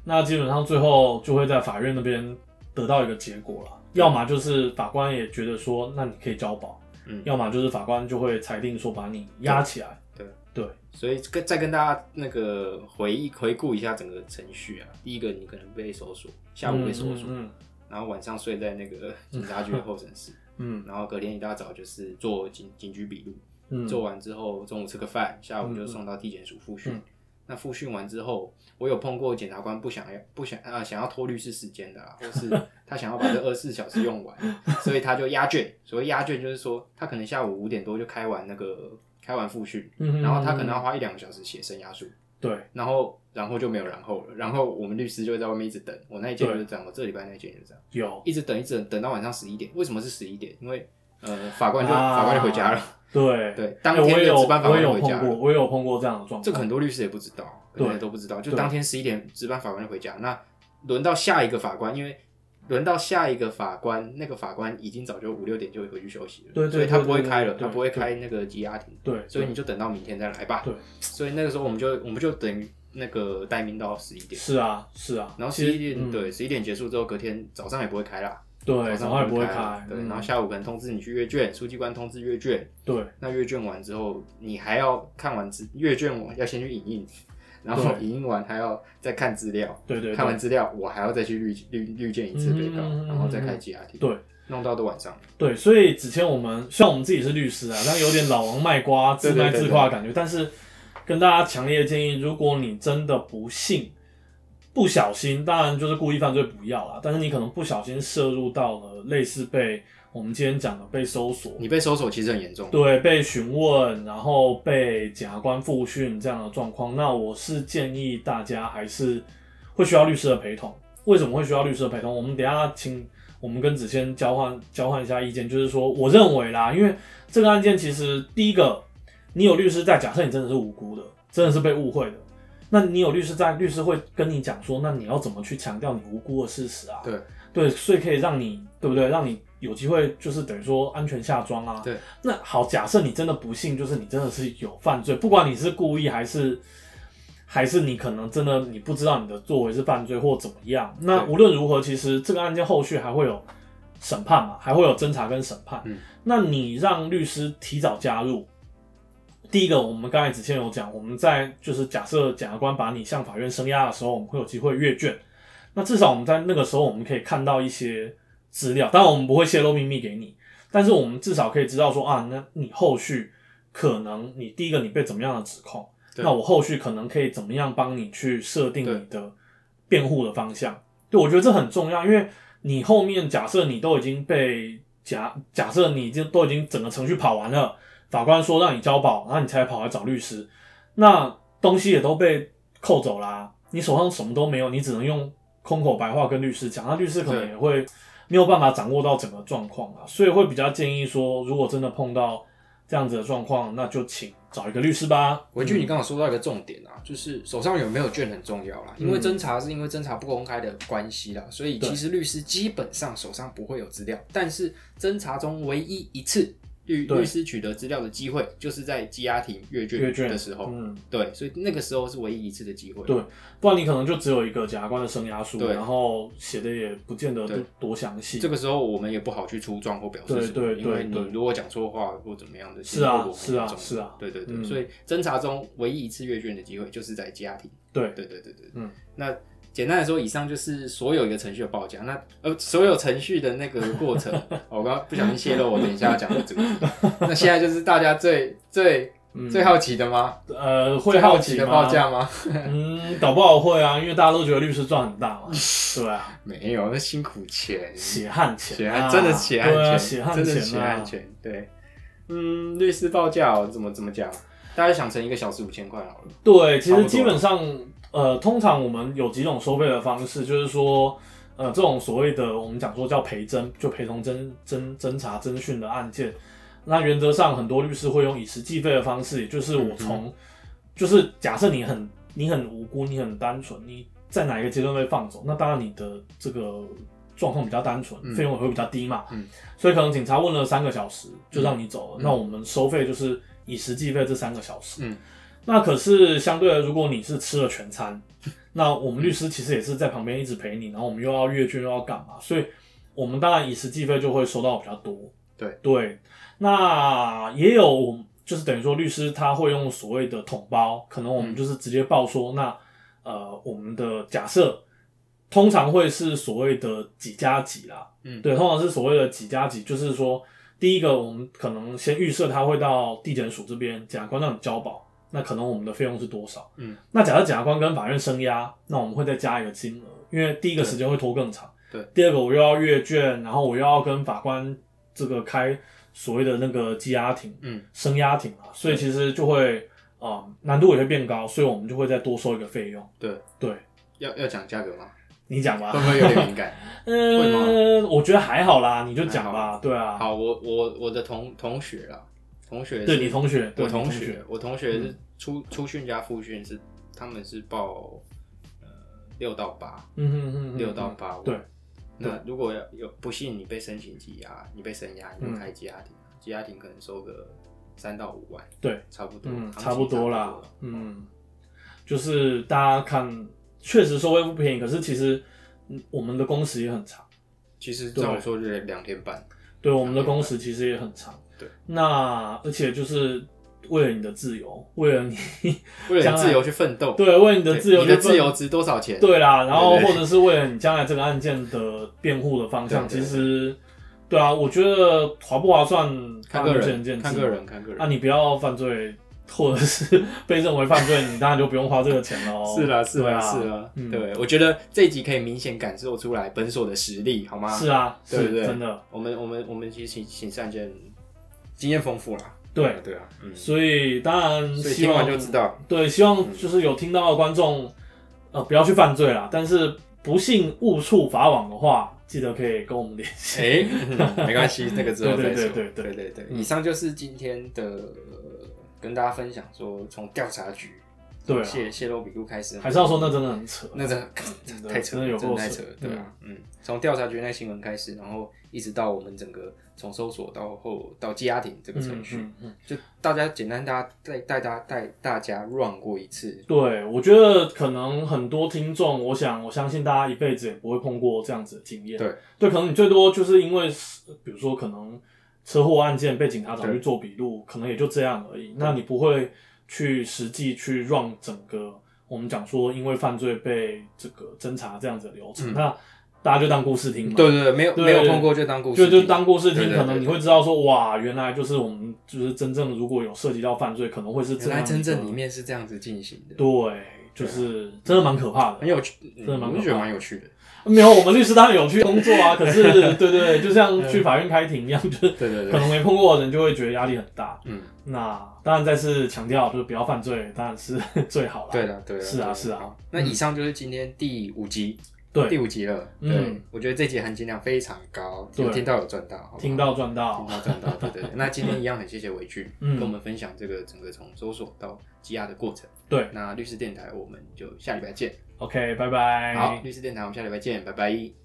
S2: 那基本上最后就会在法院那边得到一个结果了，要么就是法官也觉得说，那你可以交保，
S1: 嗯
S2: 要么就是法官就会裁定说把你压起来，
S1: 对
S2: 对
S1: 所以跟再跟大家那个回忆回顾一下整个程序啊，第一个你可能被搜索，下午被搜索，
S2: 嗯
S1: 然后晚上睡在那
S2: *laughs*
S1: 个警察局的候诊室， *laughs*
S2: 嗯
S1: 然后隔天一大早就是做警警局笔录，
S2: 嗯，
S1: 做完之后中午吃个饭，下午就送到地检署复讯。
S2: 嗯
S1: 那复讯完之后，我有碰过检察官不想要不想啊、想要拖律师时间的
S2: *laughs*
S1: 啦，或是他想要把这二十四小时用完，所以他就压卷。所谓压卷就是说，他可能下午五点多就开完那个开完复讯，
S2: 嗯，
S1: 然后他可能要花一两个小时写生押书，
S2: 对
S1: 然后然后就没有然后了。然后我们律师就会在外面一直等，我那一件就是这样，我这礼拜那一件就是这样，
S2: 有
S1: 一直等一直等，等到晚上十一点。为什么是十一点？因为呃，法官就、
S2: 啊
S1: 法官就回家了。
S2: 对，
S1: 对，
S2: 哎
S1: 当天
S2: 我也
S1: 的
S2: 有
S1: 值班法
S2: 我
S1: 官
S2: 也
S1: 就
S2: 有
S1: 回家
S2: 碰过，
S1: 了。
S2: 我也有碰过这样的状况，
S1: 这个很多律师也不知道，
S2: 对
S1: 可能也都不知道。就
S2: 对
S1: 当天十一点值班法官就回家，那轮到下一个法官，因为轮到下一个法官，那个法官已经早就五六点就会回去休息了，
S2: 对对
S1: 所以他
S2: 对
S1: 不会
S2: 对
S1: 开了，
S2: 对
S1: 他不会
S2: 对
S1: 开那个羁押庭，
S2: 对，
S1: 所以你就等到明天再来吧。
S2: 对，
S1: 所以那个时候我们就我们就等于那个待命到十一点，
S2: 是啊是啊，
S1: 然后
S2: 其实
S1: 十一点
S2: 嗯
S1: 对十一点结束之后，隔天早上也不会开啦，
S2: 对，然后也不会
S1: 啦
S2: 开，
S1: 对，
S2: 嗯
S1: 然后下午可能通知你去阅卷，书记官通知阅卷，
S2: 对
S1: 那阅卷完之后，你还要看完资阅卷，我要先去影印，然后
S2: 对
S1: 影印完还要再看资料，
S2: 对对，
S1: 看
S2: 对
S1: 完资料我还要再去律律律见一次被告，
S2: 嗯嗯嗯嗯
S1: 然后再开 G R T，
S2: 对，
S1: 弄到都晚上。
S2: 对，所以之前我们虽然我们自己是律师啊，但有点老王卖瓜、自卖自夸的感觉。但是跟大家强烈建议，如果你真的不幸、不小心，当然就是故意犯罪不要啦，但是你可能不小心摄入到了类似被我们今天讲的被搜索，
S1: 你被搜索其实很严重。
S2: 对，被询问，然后被检察官复讯这样的状况，那我是建议大家还是会需要律师的陪同。为什么会需要律师的陪同？我们等一下请我们跟子谦交换交换一下意见，就是说，我认为啦，因为这个案件其实第一个，你有律师在，假设你真的是无辜的，真的是被误会的，那你有律师在，律师会跟你讲说，那你要怎么去强调你无辜的事实啊？
S1: 对
S2: 对，所以可以让你对不对？让你有机会就是等于说安全下庄啊。
S1: 对，
S2: 那好，假设你真的不幸，就是你真的是有犯罪，不管你是故意还是还是你可能真的你不知道你的作为是犯罪或怎么样，那
S1: 对
S2: 无论如何，其实这个案件后续还会有审判嘛，还会有侦查跟审判。
S1: 嗯
S2: 那你让律师提早加入。第一个，我们刚才子谦有讲，我们在就是假设检察官把你向法院声押的时候，我们会有机会阅卷。那至少我们在那个时候，我们可以看到一些资料，当然我们不会泄露秘密给你，但是我们至少可以知道说啊，那你后续可能你第一个你被怎么样的指控，
S1: 对
S2: 那我后续可能可以怎么样帮你去设定
S1: 对
S2: 你的辩护的方向。对，我觉得这很重要，因为你后面假设你都已经被假假设你已经都已经整个程序跑完了，法官说让你交保，然后你才跑来找律师，那东西也都被扣走啦、你手上什么都没有，你只能用空口白话跟律师讲，那律师可能
S1: 对
S2: 也会没有办法掌握到整个状况啊，所以会比较建议说，如果真的碰到这样子的状况，那就请找一个律师吧。
S1: 文俊，你刚好说到一个重点啊，就是手上有没有卷很重要啦，因为
S2: 嗯
S1: 侦查是因为侦查不公开的关系啦，所以
S2: 对
S1: 其实律师基本上手上不会有资料，但是侦查中唯一一次律
S2: 对
S1: 律师取得资料的机会，就是在羁押庭阅
S2: 阅
S1: 卷
S2: 卷
S1: 的时候，
S2: 嗯，
S1: 对，所以那个时候是唯一一次的机会，
S2: 对不然你可能就只有一个检察官的生涯书，
S1: 对
S2: 然后写的也不见得多
S1: 对
S2: 多详细。
S1: 这个时候我们也不好去出状或表示
S2: 对
S1: 什么，
S2: 对
S1: 因为
S2: 对对
S1: 你如果讲错话或怎么样的，其
S2: 是啊
S1: 实后果
S2: 是啊
S1: 很严重
S2: 是啊
S1: 对对对，
S2: 嗯
S1: 所以侦查中唯一一次阅卷的机会就是在羁押庭。
S2: 对
S1: 对对对对，
S2: 嗯。
S1: 那简单来说，以上就是所有一个程序的报价。那呃，所有程序的那个过
S2: *laughs*
S1: 程，哦我刚刚不小心泄露我等一下要讲的主题。那现在就是大家最最
S2: 嗯
S1: 最好奇的吗？
S2: 呃，会
S1: 最好
S2: 好
S1: 奇
S2: 奇
S1: 的
S2: 吗
S1: 报？ *laughs* 价
S2: *laughs*
S1: 吗？
S2: 嗯，搞不好会啊，因为大家都觉得律师赚很大
S1: *laughs*
S2: 嘛。对啊，
S1: 没有，那辛苦钱，
S2: 血汗钱
S1: 血
S2: 啊，
S1: 汗真的血汗
S2: 对啊
S1: 钱，
S2: 血汗
S1: 真的
S2: 钱啊
S1: 血汗钱。对，嗯，律师报价哦，怎么怎么讲？大家想成一个小时五千块好了。
S2: 对，其
S1: 差不多
S2: 实基本上，呃，通常我们有几种收费的方式，就是说，呃，这种所谓的我们讲说叫陪侦，就陪同侦侦侦查侦讯的案件，那原则上很多律师会用以实际费的方式，也就是
S1: 嗯
S2: 我从，就是假设你很你很无辜，你很单纯，你在哪一个阶段被放走，那当然你的这个状况比较单纯，
S1: 嗯
S2: 费用也会比较低嘛，
S1: 嗯
S2: 所以可能警察问了三个小时就让你走了，
S1: 嗯
S2: 那我们收费就是以实际费这三个小时，
S1: 嗯
S2: 那可是相对的，如果你是吃了全餐， *laughs* 那我们律师其实也是在旁边一直陪你，然后我们又要阅卷又要干嘛，所以我们当然以时计费就会收到比较多。
S1: 对
S2: 对，那也有就是等于说律师他会用所谓的统包，可能我们
S1: 嗯
S2: 就是直接报说，那呃我们的假设通常会是所谓的几加几啦，
S1: 嗯，
S2: 对，通常是所谓的几加几，就是说，第一个我们可能先预设他会到地检署这边，检察官让你交保，那可能我们的费用是多少？
S1: 嗯，
S2: 那假设检察官跟法院声押，那我们会再加一个金额，因为第一个时间会拖更长。
S1: 对，
S2: 第二个我又要阅卷，然后我又要跟法官这个开所谓的那个羁押庭、
S1: 嗯
S2: 声押庭啊，所以其实就会啊、呃难度也会变高，所以我们就会再多收一个费用。
S1: 对，
S2: 对，
S1: 要要讲价格吗？
S2: 你讲吧
S1: 会。不会有点敏感？
S2: 嗯，我觉得还好啦，你就讲
S1: 还
S2: 吧。对 *laughs* 啊，
S1: 好，我我我的同同学啦，同学是
S2: 对你同学，嗯对
S1: 我
S2: 你同
S1: 同学，，我同学是初初训加复训是他们是报呃六到八，
S2: 嗯哼哼哼，
S1: 六到八
S2: 对。
S1: 那如果有不幸你被申请羁押，你被申押，
S2: 嗯
S1: 你就开羁押庭，羁押庭可能收个三到五万，
S2: 对，
S1: 差不多，
S2: 嗯，
S1: 行情
S2: 差不多啦
S1: 差不，
S2: 嗯，就是大家看，确实收费不便宜，可是其实嗯我们的工时也很长，
S1: 其实照我说就是两天半，
S2: 对，我们的工时其实也很长，
S1: 对，
S2: 那而且就是为了你的自由，为了你， *laughs*
S1: 为了
S2: 将
S1: 你
S2: 来
S1: 自由去奋斗，
S2: 对，为了你
S1: 对，
S2: 的自由，
S1: 你的自由，值多少钱？
S2: 对啦，然后
S1: 对对
S2: 或
S1: 对
S2: 者是为了你将来这个案件的辩护的方向，
S1: 对对
S2: 其
S1: 对
S2: 实，对啊，我觉得划不划算，
S1: 看个
S2: 当然见仁
S1: 人，
S2: 啊见智
S1: 看个人，看个人
S2: 啊啊，。你不要犯罪或者是 *laughs* 被认为犯罪，你当然就不用花这个钱喽。
S1: 是啦，是
S2: 对
S1: 啦，
S2: 啊，
S1: 是啦，
S2: 嗯
S1: 对，我觉得这一集可以明显感受出来本所的实力，好吗？
S2: 是啊，
S1: 对不
S2: 是
S1: 对
S2: 真的，
S1: 我们我们我们其实请请善见经验丰富啦，
S2: 对。
S1: 对啊，嗯，
S2: 所以当然
S1: 所以
S2: 希
S1: 听完
S2: 望
S1: 就知
S2: *laughs*
S1: 道，嗯
S2: 对，希望就是有听到的观众，呃，不要去犯罪啦。但是不幸误触法网的话，记得可以跟我们联系。
S1: 哎、嗯 *laughs* 没关系，那个之后再说，
S2: 对对嗯对对
S1: 对对以上就是今天的、呃跟大家分享说，从调查局
S2: 对啊，
S1: 泄泄露笔录开始，
S2: 还是要说那真的很扯。
S1: 那真的
S2: *laughs* 真的
S1: 太扯
S2: 真的有
S1: 了，真
S2: 够
S1: 的太
S2: 扯
S1: 扯了，对啊，嗯，从调查局那新闻开始，然后一直到我们整个从搜索到后到羁押庭这个程
S2: 嗯
S1: 序，
S2: 嗯嗯，
S1: 就大家简单大家带带大家带大家 run 过一次，
S2: 对，我觉得可能很多听众，我想我相信大家一辈子也不会碰过这样子的经验。
S1: 对，
S2: 对，可能你最多就是因为，比如说可能车祸案件被警察找去
S1: 对
S2: 做笔录，可能也就这样而已。那你不会去实际去让整个我们讲说因为犯罪被这个侦查这样子的流程，
S1: 嗯
S2: 那大家就当故事听嘛。
S1: 对对对，没有
S2: 对
S1: 没有碰过就当故事
S2: 就
S1: 听，
S2: 就当故事听，
S1: 对对
S2: 可能你
S1: 对
S2: 会知道说，哇，原来就是我们就是真正如果有涉及到犯罪，可能会是这
S1: 原
S2: 样
S1: 来
S2: 一个。
S1: 真正里面是这样子进行的，
S2: 对，就是真的蛮可怕的，
S1: 啊很有趣，嗯
S2: 真的蛮
S1: 我
S2: 可
S1: 觉得
S2: 怕
S1: 蛮有趣的，
S2: 没有，我们律师当然有去工作
S1: *laughs*
S2: 啊，可是对对对，就像去法院开庭一样，就是
S1: 对对
S2: 可
S1: 对，
S2: 能没碰过的人就会觉得压力很大。
S1: 嗯，
S2: 那当然再次强调，就是不要犯罪，当然是 *laughs* 最好了。
S1: 对了对了，
S2: 是啊
S1: 对了
S2: 是啊
S1: 好那以上就是今天第五集，
S2: 对
S1: 第五集了，
S2: 嗯
S1: 对，我觉得这集含金量非常高，
S2: 对
S1: 有听到有赚到，好不好
S2: 听到赚到
S1: 听，到赚到，对对对。那今天一样很谢谢维俊，
S2: 嗯
S1: 跟我们分享这个整个从搜索到积压的过程。
S2: 对
S1: 那律师电台我们就下礼拜见。
S2: ，OK，拜拜。
S1: 好，律师电台我们下礼拜见，拜拜。